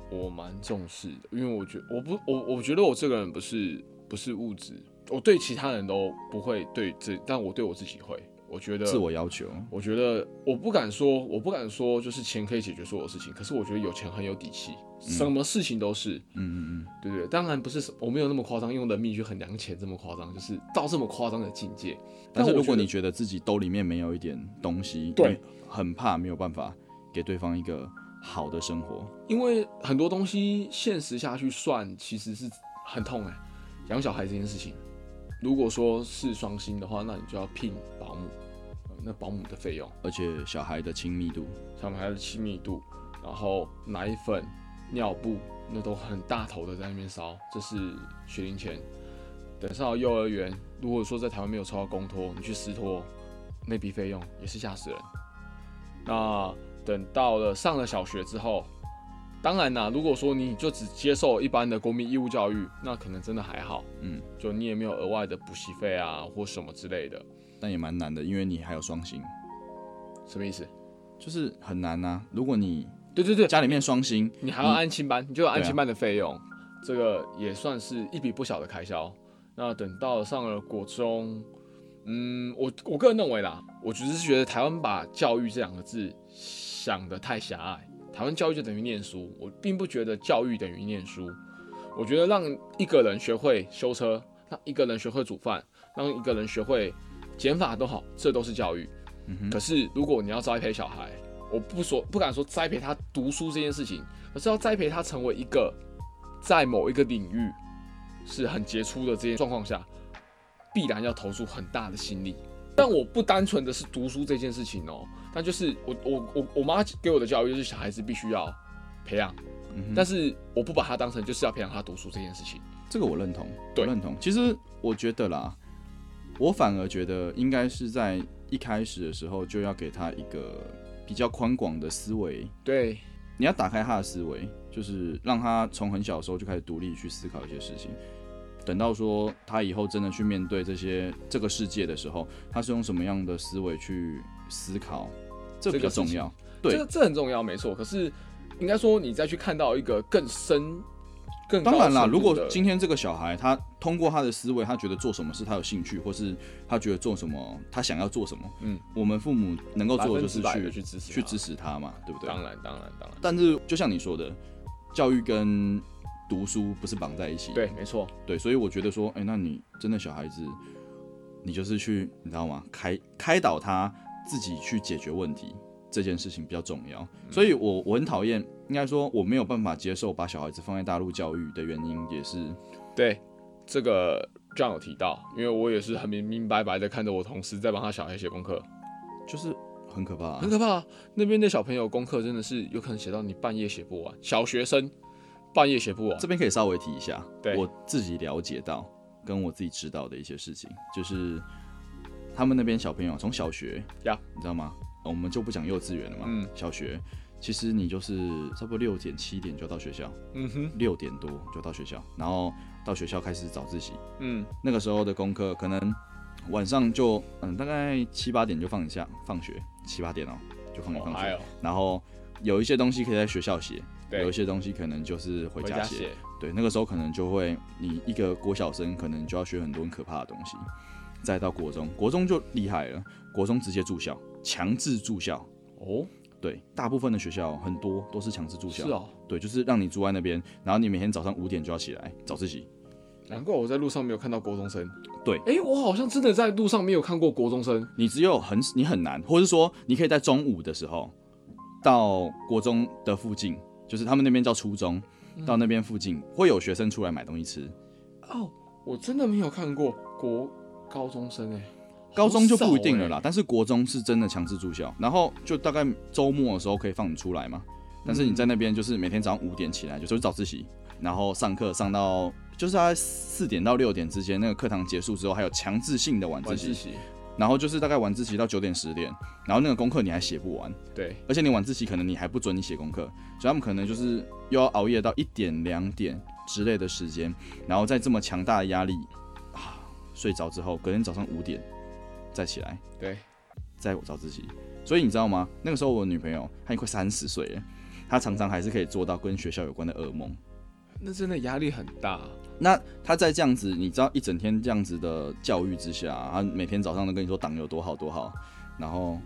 S2: 我蛮重视的，因为我觉我不我我觉得我这个人不是不是物质，我对其他人都不会对这，但我对我自己会。我觉得
S1: 自我要求，
S2: 我觉得我不敢说，我不敢说，就是钱可以解决所有事情。可是我觉得有钱很有底气，什么事情都是，
S1: 嗯嗯嗯
S2: 对不对？当然不是什，我没有那么夸张，用人命去衡量钱这么夸张，就是到这么夸张的境界。
S1: 嗯。但是
S2: 我
S1: 如
S2: 觉
S1: 果
S2: 得
S1: 你觉得自己兜里面没有一点东西，
S2: 对，
S1: 很怕没有办法给对方一个好的生活，
S2: 因为很多东西现实下去算，其实是很痛哎、养小孩这件事情，如果说是双薪的话，那你就要聘保姆，呃那保姆的费用，
S1: 而且小孩的亲密度，
S2: 他们还有亲密度，然后奶粉、尿布，那都很大头的在那边烧，这是学龄前。等上了幼儿园，如果说在台湾没有抽到公托，你去私托，那笔费用也是吓死人。那等到了上了小学之后，当然啦，如果说你就只接受一般的国民义务教育，那可能真的还好，
S1: 嗯，
S2: 就你也没有额外的补习费啊或什么之类的，
S1: 但也蛮难的，因为你还有双薪，
S2: 什么意思？
S1: 就是很难呐、如果你
S2: 对对对，
S1: 家里面双薪，
S2: 你还要安亲班，你就有安
S1: 对
S2: 亲
S1: 啊
S2: 班的费用，这个也算是一笔不小的开销。那等到上了国中，嗯，我我个人认为啦，我只是觉得台湾把教育这两个字想得太狭隘，台湾教育就等于念书，我并不觉得教育等于念书。我觉得让一个人学会修车，让一个人学会煮饭，让一个人学会减法都好，这都是教育。
S1: 嗯哼
S2: 可是如果你要栽培小孩，我不说不敢说栽培他读书这件事情，而是要栽培他成为一个在某一个领域是很杰出的这些状况下，必然要投入很大的心力。但我不单纯的是读书这件事情哦，但就是我我我我妈给我的教育就是小孩子必须要培养，
S1: 嗯哼
S2: 但是我不把它当成就是要培养他读书这件事情。
S1: 这个我认同，
S2: 对
S1: 我认同。其实我觉得啦，我反而觉得应该是在一开始的时候就要给他一个比较宽广的思维，
S2: 对，
S1: 你要打开他的思维，就是让他从很小的时候就开始独立去思考一些事情。等到说他以后真的去面对这些这个世界的时候，他是用什么样的思维去思考，这比较重要。对
S2: 这这很重要，没错。可是应该说你再去看到一个更深、更高
S1: 当然啦，
S2: 深度
S1: 如果
S2: 的
S1: 今天这个小孩他通过他的思维，他觉得做什么事他有兴趣，或是他觉得做什么他想要做什么，
S2: 嗯，
S1: 我们父母能够做的就是
S2: 百分之百地
S1: 去
S2: 去支持
S1: 去
S2: 他
S1: 支持他嘛，对不对？
S2: 当然当然当然，
S1: 但是就像你说的，教育跟读书不是绑在一起，
S2: 对，没错，
S1: 对，所以我觉得说，哎、那你真的小孩子，你就是去，你知道吗？开开导他自己去解决问题这件事情比较重要。所以我我很讨厌，应该说我没有办法接受把小孩子放在大陆教育的原因，也是
S2: 对这个。这样有提到，因为我也是很明明白白的看着我同事在帮他小孩写功课，
S1: 就是很可怕、啊
S2: 很。可怕、啊。那边的小朋友功课真的是有可能写到你半夜写不完，小学生半夜写不完
S1: 这。边可以稍微提一下，
S2: 对
S1: 我自己了解到跟我自己知道的一些事情，就是他们那边小朋友从小学
S2: 呀
S1: 你知道吗？我们就不讲幼稚园了嘛，
S2: 嗯
S1: 小学其实你就是差不多六点七点就到学校，
S2: 嗯哼，
S1: 六点多就到学校，然后到学校开始早自习。
S2: 嗯，
S1: 那个时候的功课可能晚上就嗯大概七八点就放一下放学，七八点哦就放你
S2: 哦
S1: 放
S2: 还
S1: 学，
S2: 有
S1: 然后有一些东西可以在学校写，
S2: 对
S1: 有一些东西可能就是回
S2: 回
S1: 家
S2: 家
S1: 写。
S2: 写，
S1: 对，那个时候可能就会，你一个国小生可能就要学很多很可怕的东西，再到国中，国中就厉害了，国中直接住校，强制住校，
S2: 哦，
S1: 对，大部分的学校很多都是强制住
S2: 是
S1: 校，
S2: 哦，
S1: 对，就是让你住在那边，然后你每天早上五点就要起来早自习。
S2: 难怪我在路上没有看到国中生。
S1: 对
S2: 哎、我好像真的在路上没有看过国中生。
S1: 你只有很你很难，或者是说你可以在中午的时候到国中的附近，就是他们那边叫初中，到那边附近会有学生出来买东西吃。
S2: 哦，我真的没有看过国高中生哎、
S1: 高中就不一定了
S2: 好少欸
S1: 啦，但是国中是真的强制住校，然后就大概周末的时候可以放你出来嘛。但是你在那边就是每天早上五点起来，有时候早自习，然后上课上到就是大概四点到六点之间，那个课堂结束之后还有强制性的晚
S2: 欸
S1: 自
S2: 晚自
S1: 习，
S2: 习。
S1: 然后就是大概晚自习到九点十点，然后那个功课你还写不完，
S2: 对，
S1: 而且你晚自习可能你还不准你写功课，所以他们可能就是又要熬夜到一点两点之类的时间，然后在这么强大的压力啊，睡着之后，隔天早上五点再起来，
S2: 对，
S1: 再早自习。所以你知道吗？那个时候我女朋友她已经快三十岁了，她常常还是可以做到跟学校有关的噩梦。
S2: 那真的压力很大。
S1: 那她在这样子，你知道一整天这样子的教育之下，她每天早上都跟你说党有多好多好，然后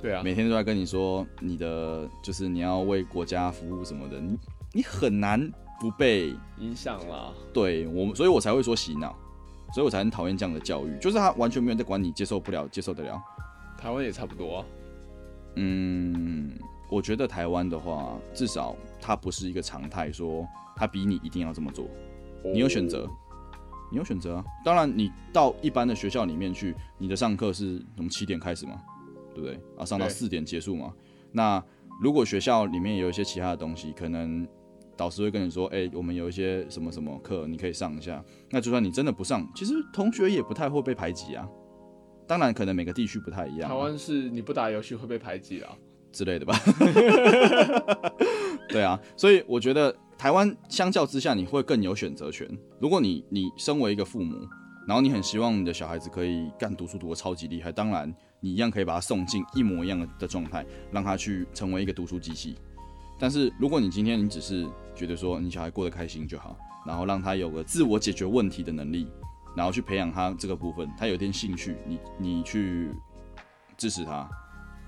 S2: 对啊，
S1: 每天都在跟你说你的就是你要为国家服务什么的，你你很难不被
S2: 影响啦。
S1: 对我们，所以我才会说洗脑，所以我才很讨厌这样的教育，就是他完全没有在管你接受不了，接受得了。
S2: 台湾也差不多啊。
S1: 嗯，我觉得台湾的话，至少它不是一个常态，说他逼你一定要这么做，你有选择
S2: 哦，
S1: 你有选择啊。当然，你到一般的学校里面去，你的上课是从七点开始嘛，对不对？啊，上到
S2: 对
S1: 四点结束嘛。那如果学校里面有一些其他的东西，可能导师会跟你说，哎、我们有一些什么什么课，你可以上一下。那就算你真的不上，其实同学也不太会被排挤啊。当然，可能每个地区不太一样啊、
S2: 台湾是你不打游戏会被排挤啦。
S1: 之类的吧。 对啊，所以我觉得台湾相较之下，你会更有选择权。如果你你身为一个父母，然后你很希望你的小孩子可以干读书读得超级厉害，当然你一样可以把他送进一模一样的的状态，让他去成为一个读书机器。但是如果你今天你只是觉得说你小孩过得开心就好，然后让他有个自我解决问题的能力，然后去培养他这个部分，他有一点兴趣，你你去支持他，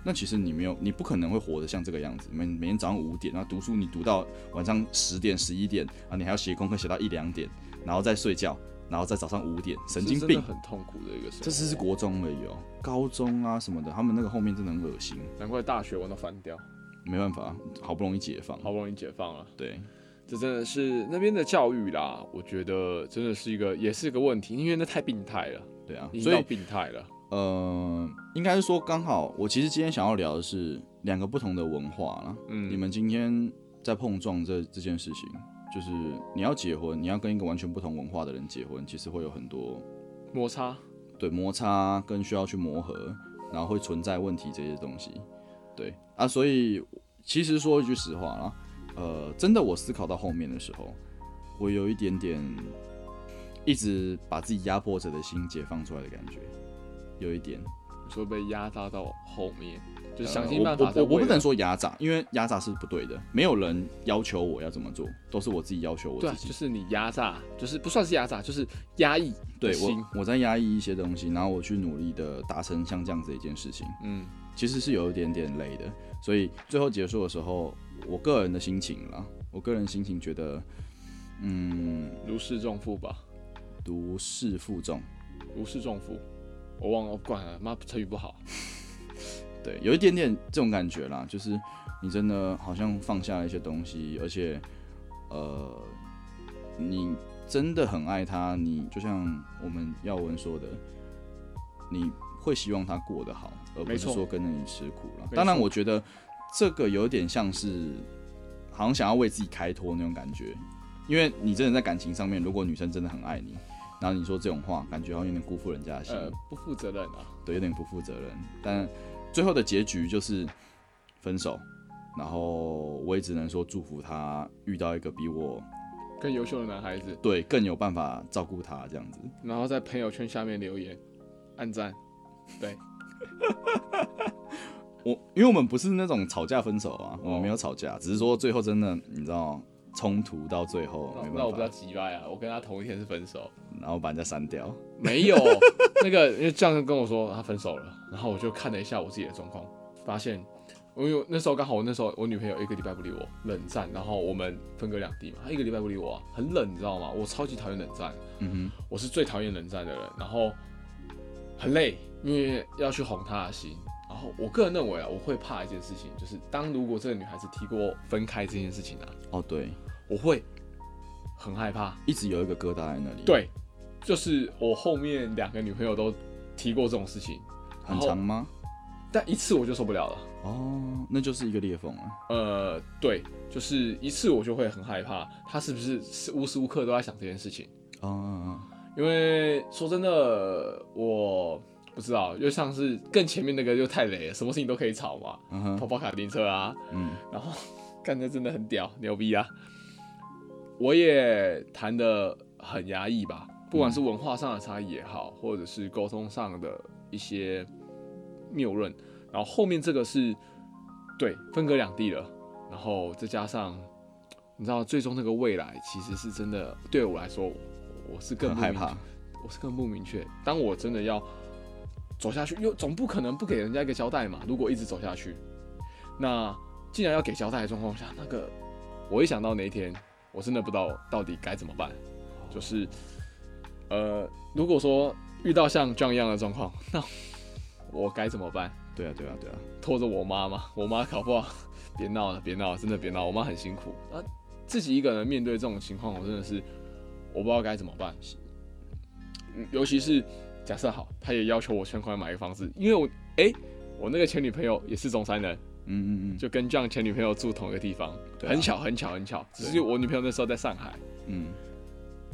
S1: 那其实你没有，你不可能会活得像这个样子。每每天早上五点，然后读书你读到晚上十点、十一点啊，你还要写功课写到一两点，然后再睡觉，然后再早上五点，神经
S2: 是真
S1: 病
S2: 的。很痛苦的一个生活。
S1: 这只是国中而已哦，高中啊什么的，他们那个后面真的很恶心，
S2: 难怪大学玩到翻掉，
S1: 没办法，好不容易解放。
S2: 好不容易解放了。
S1: 对，
S2: 这真的是那边的教育啦，我觉得真的是一个，也是一个问题，因为那太病态了，
S1: 对啊，
S2: 已经
S1: 所以
S2: 到病态了。
S1: 呃，应该是说刚好，我其实今天想要聊的是两个不同的文化啦。
S2: 嗯
S1: 你们今天在碰撞这这件事情，就是你要结婚，你要跟一个完全不同文化的人结婚，其实会有很多
S2: 摩擦，
S1: 对摩擦跟需要去磨合，然后会存在问题这些东西。对啊，所以其实说一句实话啦，呃，真的我思考到后面的时候，我有一点点一直把自己压迫着的心解放出来的感觉，有一点。
S2: 说被压榨到后面，就是
S1: 呃
S2: 想尽办法
S1: 我
S2: 在
S1: 我我
S2: 为
S1: 不
S2: 了
S1: 能说压榨，因为压榨是不对的，没有人要求我要怎么做，都是我自己要求我
S2: 对啊，
S1: 自己
S2: 就。是你压榨，就是不算是压榨，就是压抑
S1: 对
S2: 心。
S1: 我我在压抑一些东西，然后我去努力的达成像这样子的一件事情，
S2: 嗯，
S1: 其实是有一点点累的。所以最后结束的时候，我个人的心情啦，我个人心情觉得，嗯，
S2: 如释重负吧，
S1: 如释负重。
S2: 如释重负。我忘了，哦我不管了，妈成语不好。
S1: 对，有一点点这种感觉啦，就是你真的好像放下了一些东西，而且，呃，你真的很爱他，你就像我们耀文说的，你会希望他过得好，而不
S2: 没
S1: 是
S2: 错
S1: 说跟着你吃苦了。
S2: 没
S1: 当然，
S2: 错
S1: 我觉得这个有点像是，好像想要为自己开脱那种感觉，因为你真的在感情上面，如果女生真的很爱你，然后你说这种话，感觉好像有点辜负人家的心。
S2: 呃，不负责任啊，
S1: 对，有点不负责任。但最后的结局就是分手，然后我也只能说祝福他遇到一个比我
S2: 更优秀的男孩子，
S1: 对更有办法照顾他这样子。
S2: 然后在朋友圈下面留言，按赞。
S1: 我因为我们不是那种吵架分手啊，我们没
S2: 哦
S1: 有吵架，只是说最后真的你知道冲突到最后
S2: 那
S1: 哦没
S2: 那我
S1: 办
S2: 比较
S1: 法，
S2: 急败啊，我跟他同一天是分手。
S1: 然后把人家删掉。
S2: 没 有，那个因为这样跟我说他分手了，然后我就看了一下我自己的状况，发现我有那时候刚好我那时候我女朋友一个礼拜不理我，冷战，然后我们分隔两地嘛，她一个礼拜不理我、啊，很冷，你知道吗？我超级讨厌冷战，
S1: 嗯
S2: 我是最讨厌冷战的人，然后很累，因为要去哄她的心。然后我个人认为啊，我会怕一件事情，就是当如果这个女孩子提过分开这件事情啊，
S1: 哼，哦对，
S2: 我会很害怕。
S1: 一直有一个疙瘩在那里。，
S2: 对，就是我后面两个女朋友都提过这种事情，
S1: 很长吗？
S2: 但一次我就受不了了。
S1: 哦，那就是一个裂缝啊。
S2: 呃，对，就是一次我就会很害怕，她是不是是无时无刻都在想这件事情？
S1: 哦哦，哦
S2: 因为说真的，我不知道，就像是更前面那个就太雷了，什么事情都可以吵嘛，
S1: 嗯哼，
S2: 跑跑卡丁车啊，
S1: 嗯，
S2: 然后 干的真的很屌，牛逼啊！我也谈的很压抑吧，不管是
S1: 嗯
S2: 文化上的差异也好，或者是沟通上的一些谬论，然后后面这个是对分隔两地了，然后再加上你知道，最终那个未来其实是真的对我来说，我是更
S1: 很
S2: 不
S1: 害
S2: 明确
S1: 怕。
S2: 我是更不明确。当我真的要走下去，又总不可能不给人家一个交代嘛。如果一直走下去，那既然要给交代的状况下，那个我一想到那一天，我真的不知道到底该怎么办。就是呃，如果说遇到像这样一样的状况，那我该怎么办？
S1: 对啊，对啊，对啊，
S2: 拖着我妈嘛，我妈搞不好，别闹了，别闹了，真的别闹，我妈很辛苦啊。自己一个人面对这种情况，我真的是我不知道该怎么办。嗯尤其是假设好，她也要求我全款买一个房子，因为我诶，我那个前女朋友也是中山人，
S1: 嗯嗯嗯，
S2: 就跟这样前女朋友住同一个地方，
S1: 对啊
S2: 很巧很巧很巧。只是
S1: 对
S2: 我女朋友那时候在上海，
S1: 嗯，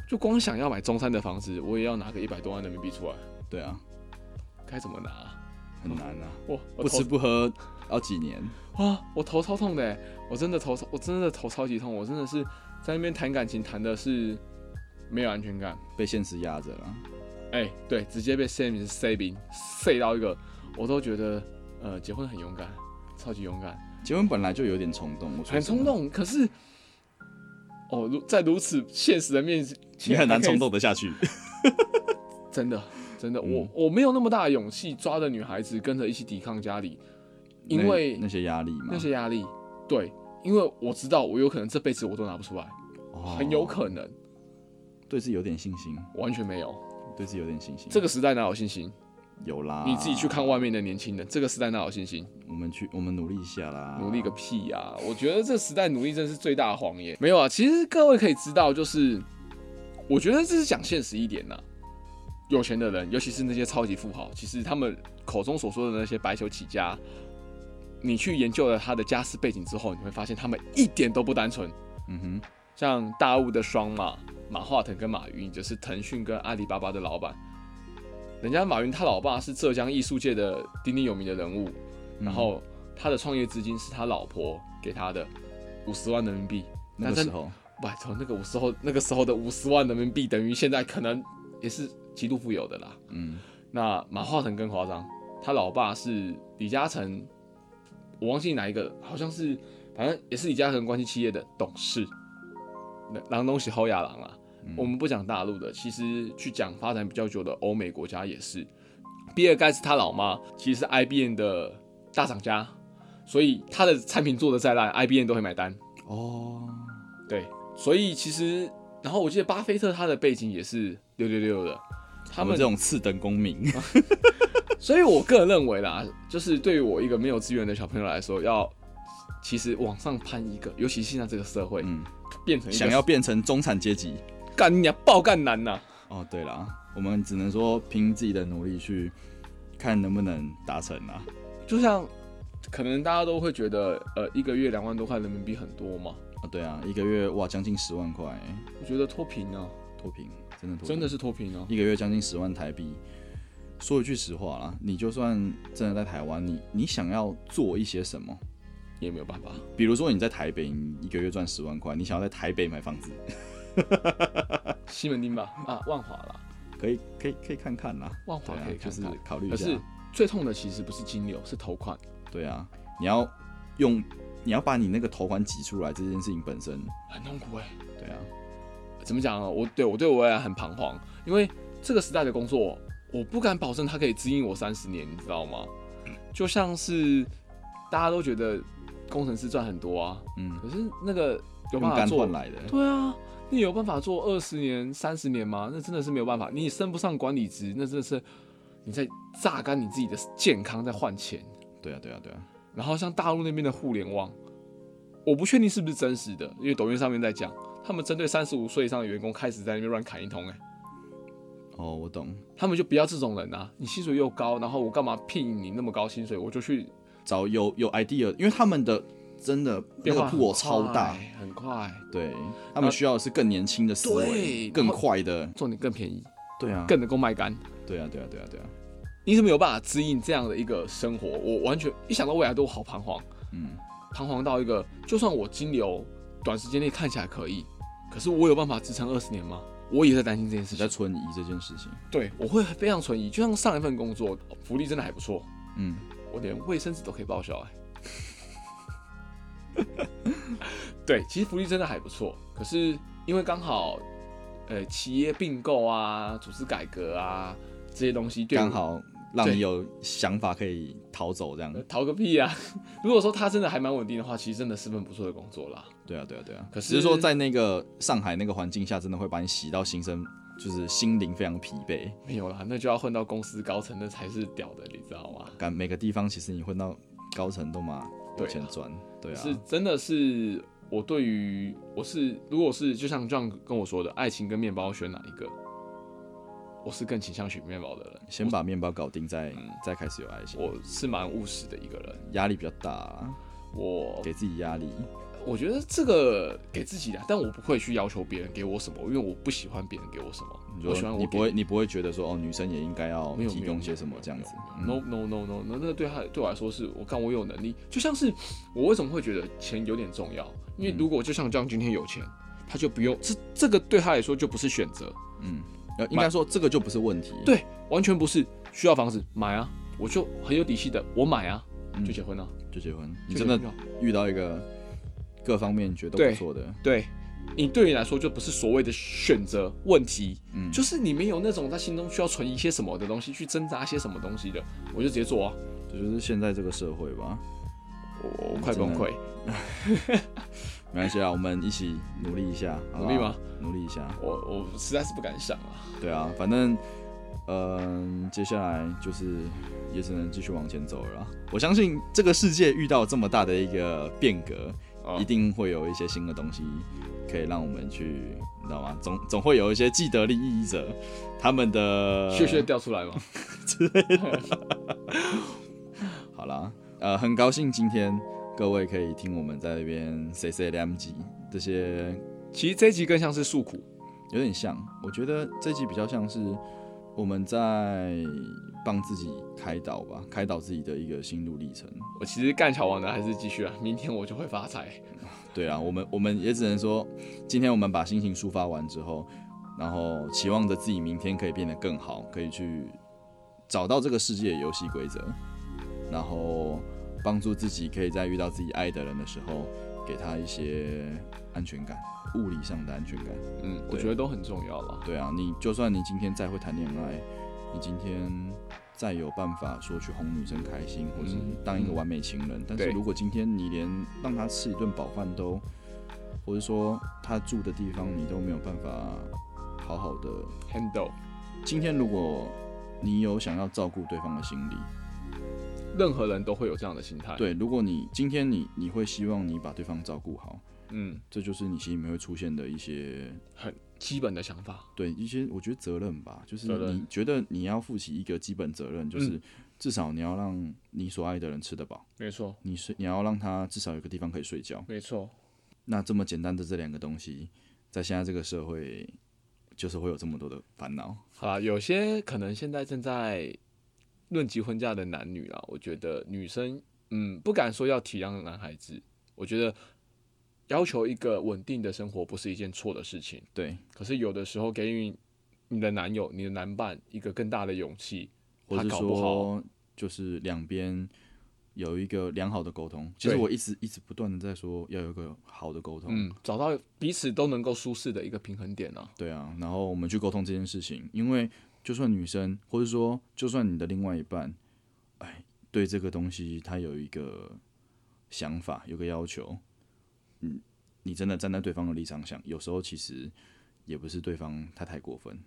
S2: 就光想要买中山的房子，我也要拿个一百多万人民币出来，
S1: 对啊，
S2: 该怎么拿啊？
S1: 很难啊，
S2: 我我
S1: 不
S2: 头
S1: 吃不喝要几年？
S2: 啊，我头超痛的欸，我真的头超，我真的头超级痛，我真的是在那边谈感情谈的是没有安全感，
S1: 被现实压着啊了。
S2: 哎、对，直接被 Sam 塞冰塞到一个，我都觉得呃结婚很勇敢，超级勇敢，
S1: 结婚本来就有点冲动，我说
S2: 很冲
S1: 真的，
S2: 动，可是哦如在如此现实的面前，
S1: 你很难
S2: 还可以
S1: 冲，动得下去。
S2: 真的真的，
S1: 嗯
S2: 我我没有那么大的勇气抓着女孩子跟着一起抵抗家里，因
S1: 那
S2: 为
S1: 那些压力嘛，
S2: 那些压力，对，因为我知道我有可能这辈子我都拿不出来，
S1: 哦
S2: 很有可能。
S1: 对自己有点信心，
S2: 完全没有。
S1: 对自己有点信心。
S2: 这个时代哪有信心？
S1: 有啦，
S2: 你自己去看外面的年轻人，这个时代哪有信心？
S1: 我们去，我们努力一下啦，
S2: 努力个屁呀、我觉得这时代努力真是最大的谎言。没有啊，其实各位可以知道，就是我觉得这是讲现实一点呐、有钱的人，尤其是那些超级富豪，其实他们口中所说的那些白手起家，你去研究了他的家世背景之后，你会发现他们一点都不单纯。
S1: 嗯
S2: 像大雾的双马马化腾跟马云，就是腾讯跟阿里巴巴的老板。人家马云他老爸是浙江艺术界的鼎鼎有名的人物，
S1: 哼，
S2: 然后他的创业资金是他老婆给他的五十万人民币。
S1: 那个
S2: 但
S1: 时
S2: 是，
S1: 候，
S2: 拜托，那个五时候那个时候的五十万人民币，等于现在可能也是极度富有的啦。
S1: 嗯，
S2: 那马化腾更夸张，他老爸是李嘉诚，我忘记哪一个，好像是反正也是李嘉诚关系企业的董事。那狼东西薅牙狼啊，我们不讲大陆的，其实去讲发展比较久的欧美国家也是。比尔盖茨他老妈其实是 IBM 的大厂家，所以他的产品做的再烂，IBM 都会买单。
S1: 哦，
S2: 对，所以其实，然后我记得巴菲特他的背景也是六六六的，他
S1: 我
S2: 们啊
S1: 们这种次等公民，
S2: 所以我个人认为啦，就是对于我一个没有资源的小朋友来说，要其实往上攀一个，尤其现在这个社会，
S1: 嗯，
S2: 变成一个
S1: 想要变成中产阶级。
S2: 干你娘爆干难呐、
S1: 哦，对啦，我们只能说凭自己的努力去看能不能达成啊。
S2: 就像可能大家都会觉得，呃，一个月两万多块人民币很多嘛，
S1: 啊，对啊，一个月哇，将近十万块欸，
S2: 我觉得脱贫啊，
S1: 脱贫，真的脱贫，
S2: 真的是脱贫啊。
S1: 一个月将近十万台币。说一句实话啦，你就算真的在台湾，你你想要做一些什么，
S2: 也没有办法，
S1: 比如说你在台北，你一个月赚十万块，你想要在台北买房子，
S2: 西门町吧，啊，万华啦，
S1: 可以可以可以看看啦，
S2: 万华
S1: 对啊
S2: 可以，
S1: 就
S2: 看
S1: 是
S2: 看。
S1: 考虑一
S2: 可
S1: 下，
S2: 是最痛的其实不是金流，是头款。
S1: 对啊，你要用你要把你那个头款挤出来这件事情本身，
S2: 很痛苦哎、
S1: 对啊，
S2: 怎么讲啊？我对我对我也很彷徨，因为这个时代的工作，我不敢保证它可以指引我三十年，你知道吗？就像是大家都觉得工程师赚很多啊，
S1: 嗯，
S2: 可是那个有
S1: 用
S2: 办法
S1: 肝
S2: 做
S1: 换来的，
S2: 对啊，你有办法做二十年、三十年吗？那真的是没有办法，你升不上管理职，那真的是你在榨干你自己的健康，在换钱。
S1: 对啊，对啊，对啊，
S2: 然后像大陆那边的互联网，我不确定是不是真实的，因为抖音上面在讲，他们针对三十五岁以上的员工开始在那边乱砍一通、欸，
S1: 哦，我懂，
S2: 他们就不要这种人啊！你薪水又高，然后我干嘛聘你那么高薪水？我就去
S1: 找有有 idea，因为他们的真的那
S2: 变
S1: 个
S2: 化
S1: 铺我
S2: 我
S1: 超大，，
S2: 很快，
S1: 对他们需要的是更年轻的思维，
S2: 对
S1: 更
S2: 然后
S1: 快的，
S2: 重点更便宜，
S1: 对啊，
S2: 更能够卖干。
S1: 对啊，对啊，对啊，对啊，
S2: 你是没有办法指引这样的一个生活，我完全一想到未来都好彷徨，
S1: 嗯，
S2: 彷徨到一个，就算我金流短时间内看起来可以，可是我有办法支撑二十年吗？我也在担心这件事
S1: 你在
S2: 情。
S1: 存疑这件事情，
S2: 对，我会非常存疑。就像上一份工作，福利真的还不错，
S1: 嗯，
S2: 我连卫生纸都可以报销哎、 对，其实福利真的还不错，可是因为刚好，呃，企业并购啊、组织改革啊这些东西对我，
S1: 刚好让
S2: 对
S1: 你有想法可以逃走这样
S2: 呃，逃个屁啊！ 如果说他真的还蛮稳定的话，其实真的是份不错的工作啦。
S1: 对啊，对啊，对啊，
S2: 可
S1: 只是说
S2: 是
S1: 在那个上海那个环境下，真的会把你洗到心生，就是心灵非常疲惫，
S2: 没有啦，那就要混到公司高层，那才是屌的，你知道吗？
S1: 感每个地方其实你混到高层都嘛有
S2: 对啊
S1: 钱赚，对啊，
S2: 是真的是我对于我是如果是就像这样跟我说的，爱情跟面包选哪一个？我是更倾向选面包的人，
S1: 先把面包搞定再再开始有爱心，
S2: 我是蛮务实的一个人。
S1: 压力比较大啊，
S2: 我
S1: 给自己压力，
S2: 我觉得这个给自己的，但我不会去要求别人给我什么，因为我不喜欢别人给我什么
S1: 你，
S2: 我喜欢
S1: 说
S2: 我
S1: 你
S2: 给
S1: 不会你不会觉得说哦，女生也应该要
S2: 没有
S1: 提
S2: 没有
S1: 供些什么这样子，嗯
S2: No no no no，那那对他对我来说是我看我有能力，就像是我为什么会觉得钱有点重要？
S1: 嗯
S2: 因为如果就像这样今天有钱，他就不用这这个对他来说就不是选择，
S1: 嗯，呃，应该说这个就不是问题，
S2: 对，完全不是需要房子买啊，我就很有底气的我买啊，
S1: 嗯
S2: 就结婚了、
S1: 就结婚，你
S2: 就
S1: 真
S2: 结
S1: 的
S2: 婚了
S1: 遇到一个各方面觉得都
S2: 对
S1: 不错的，
S2: 对你对你来说就不是所谓的选择问题，
S1: 嗯，
S2: 就是你没有那种在心中需要存一些什么的东西去挣扎些什么东西的，我就直接做啊，
S1: 这就是现在这个社会吧。
S2: 我我快
S1: 真
S2: 崩
S1: 的
S2: 溃，
S1: 没关系啊，我们一起努力一下，好不好
S2: 努力吗？
S1: 努力一下，
S2: 我我实在是不敢想啊。
S1: 对啊，反正，嗯、接下来就是也只能继续往前走了啦。我相信这个世界遇到这么大的一个变革，
S2: 啊
S1: 一定会有一些新的东西可以让我们去，你知道吗？总总会有一些既得利益者，他们的
S2: 血血掉出来吗？
S1: 好啦，呃，很高兴今天各位可以听我们在那边 C C M G 这些
S2: 其实这一集更像是诉苦，
S1: 有点像，我觉得这集比较像是我们在帮自己开导吧，开导自己的一个心路历程。
S2: 我其实干桥王的还是继续啊，明天我就会发财。
S1: 对啊，我们我们也只能说，今天我们把心情抒发完之后，然后期望着自己明天可以变得更好，可以去找到这个世界的游戏规则，然后帮助自己可以在遇到自己爱的人的时候，给他一些安全感，物理上的安全感。
S2: 嗯，我
S1: 对
S2: 觉得都很重要了。
S1: 对啊，你就算你今天再会谈恋爱，你今天再有办法说去哄女生开心，或者是
S2: 嗯
S1: 当一个完美情人，但是
S2: 对
S1: 如果今天你连让她吃一顿饱饭都，或者说她住的地方你都没有办法好好的，
S2: Handle
S1: 今天如果你有想要照顾对方的心理，
S2: 任何人都会有这样的心态。，
S1: 对，如果你今天你你会希望你把对方照顾好，
S2: 嗯，
S1: 这就是你心里面会出现的一些
S2: 很基本的想法。
S1: 对一些我觉得责任吧，就是
S2: 责任
S1: 你觉得你要负起一个基本责任，就是
S2: 嗯
S1: 至少你要让你所爱的人吃得饱，
S2: 没错，
S1: 你睡你要让他至少有个地方可以睡觉。
S2: 没错，
S1: 那这么简单的这两个东西，在现在这个社会，就是会有这么多的烦恼。
S2: 好啦，有些可能现在正在论及婚嫁的男女啦，我觉得女生，嗯，不敢说要体谅男孩子，我觉得要求一个稳定的生活不是一件错的事情。
S1: 对，
S2: 可是有的时候给予你的男友、你的男伴一个更大的勇气，
S1: 或
S2: 他
S1: 者
S2: 搞不好
S1: 说就是两边有一个良好的沟通。其实
S2: 对
S1: 我一直一直不断的在说要有一个好的沟通。
S2: 嗯，找到彼此都能够舒适的一个平衡点啊。
S1: 对啊，然后我们去沟通这件事情，因为就算女生，或者说就算你的另外一半，哎，对这个东西他有一个想法，有个要求，嗯，你真的站在对方的立场想，有时候其实也不是对方他太过分，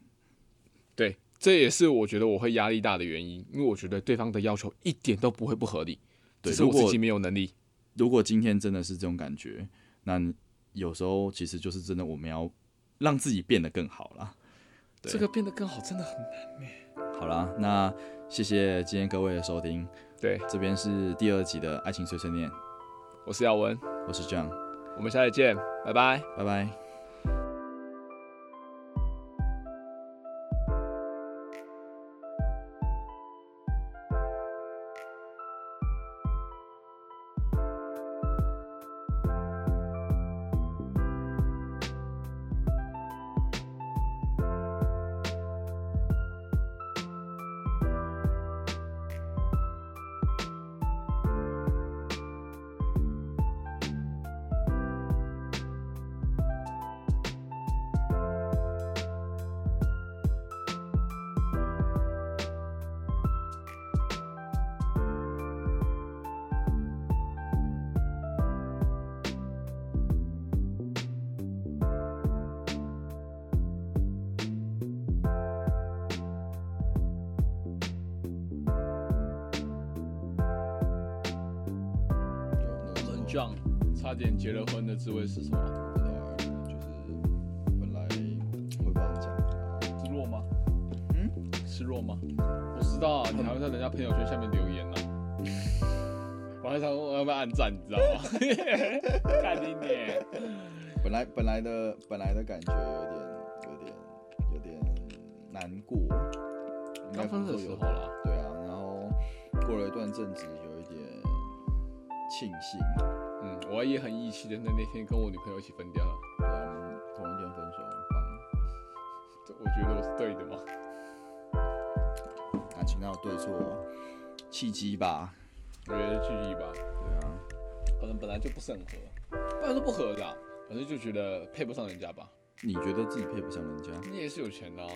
S2: 对，这也是我觉得我会压力大的原因，因为我觉得对方的要求一点都不会不合理，
S1: 对
S2: 只是我
S1: 如
S2: 自
S1: 果
S2: 己没有能力。
S1: 如果今天真的是这种感觉，那你有时候其实就是真的我们要让自己变得更好啦。对
S2: 这个变得更好真的很难。
S1: 好啦，那谢谢今天各位的收听，
S2: 对，
S1: 这边是第二集的爱情碎碎念，
S2: 我是耀文，
S1: 我是 John，
S2: 我们下次见，拜拜。
S1: 拜拜。
S2: 很 John，差点结了婚的滋味是什么？
S1: 就是本来会帮我讲，
S2: 失落吗？
S1: 嗯，
S2: 失落吗？我知道啊，你还会在人家朋友圈下面留言呢、 我还想说我要不要按赞，你知道吗？ 看你脸，
S1: 本来本来的本来的感觉有点有点有点难过，应该
S2: 刚
S1: 不
S2: 分
S1: 是说
S2: 手的时
S1: 有
S2: 候啦，
S1: 对啊，然后过了一段阵子，有一点庆幸，
S2: 嗯，我也很义气的，那那天跟我女朋友一起分掉了，
S1: 对啊，我们同一天分手，很
S2: 这我觉得我是对的吗？
S1: 棒。感情到对错契机吧，
S2: 我觉得是距离吧，
S1: 对啊，
S2: 可能本来就不是很合，不然说不合的、啊，反正就觉得配不上人家吧。
S1: 你觉得自己配不上人家，
S2: 你也是有钱的、啊，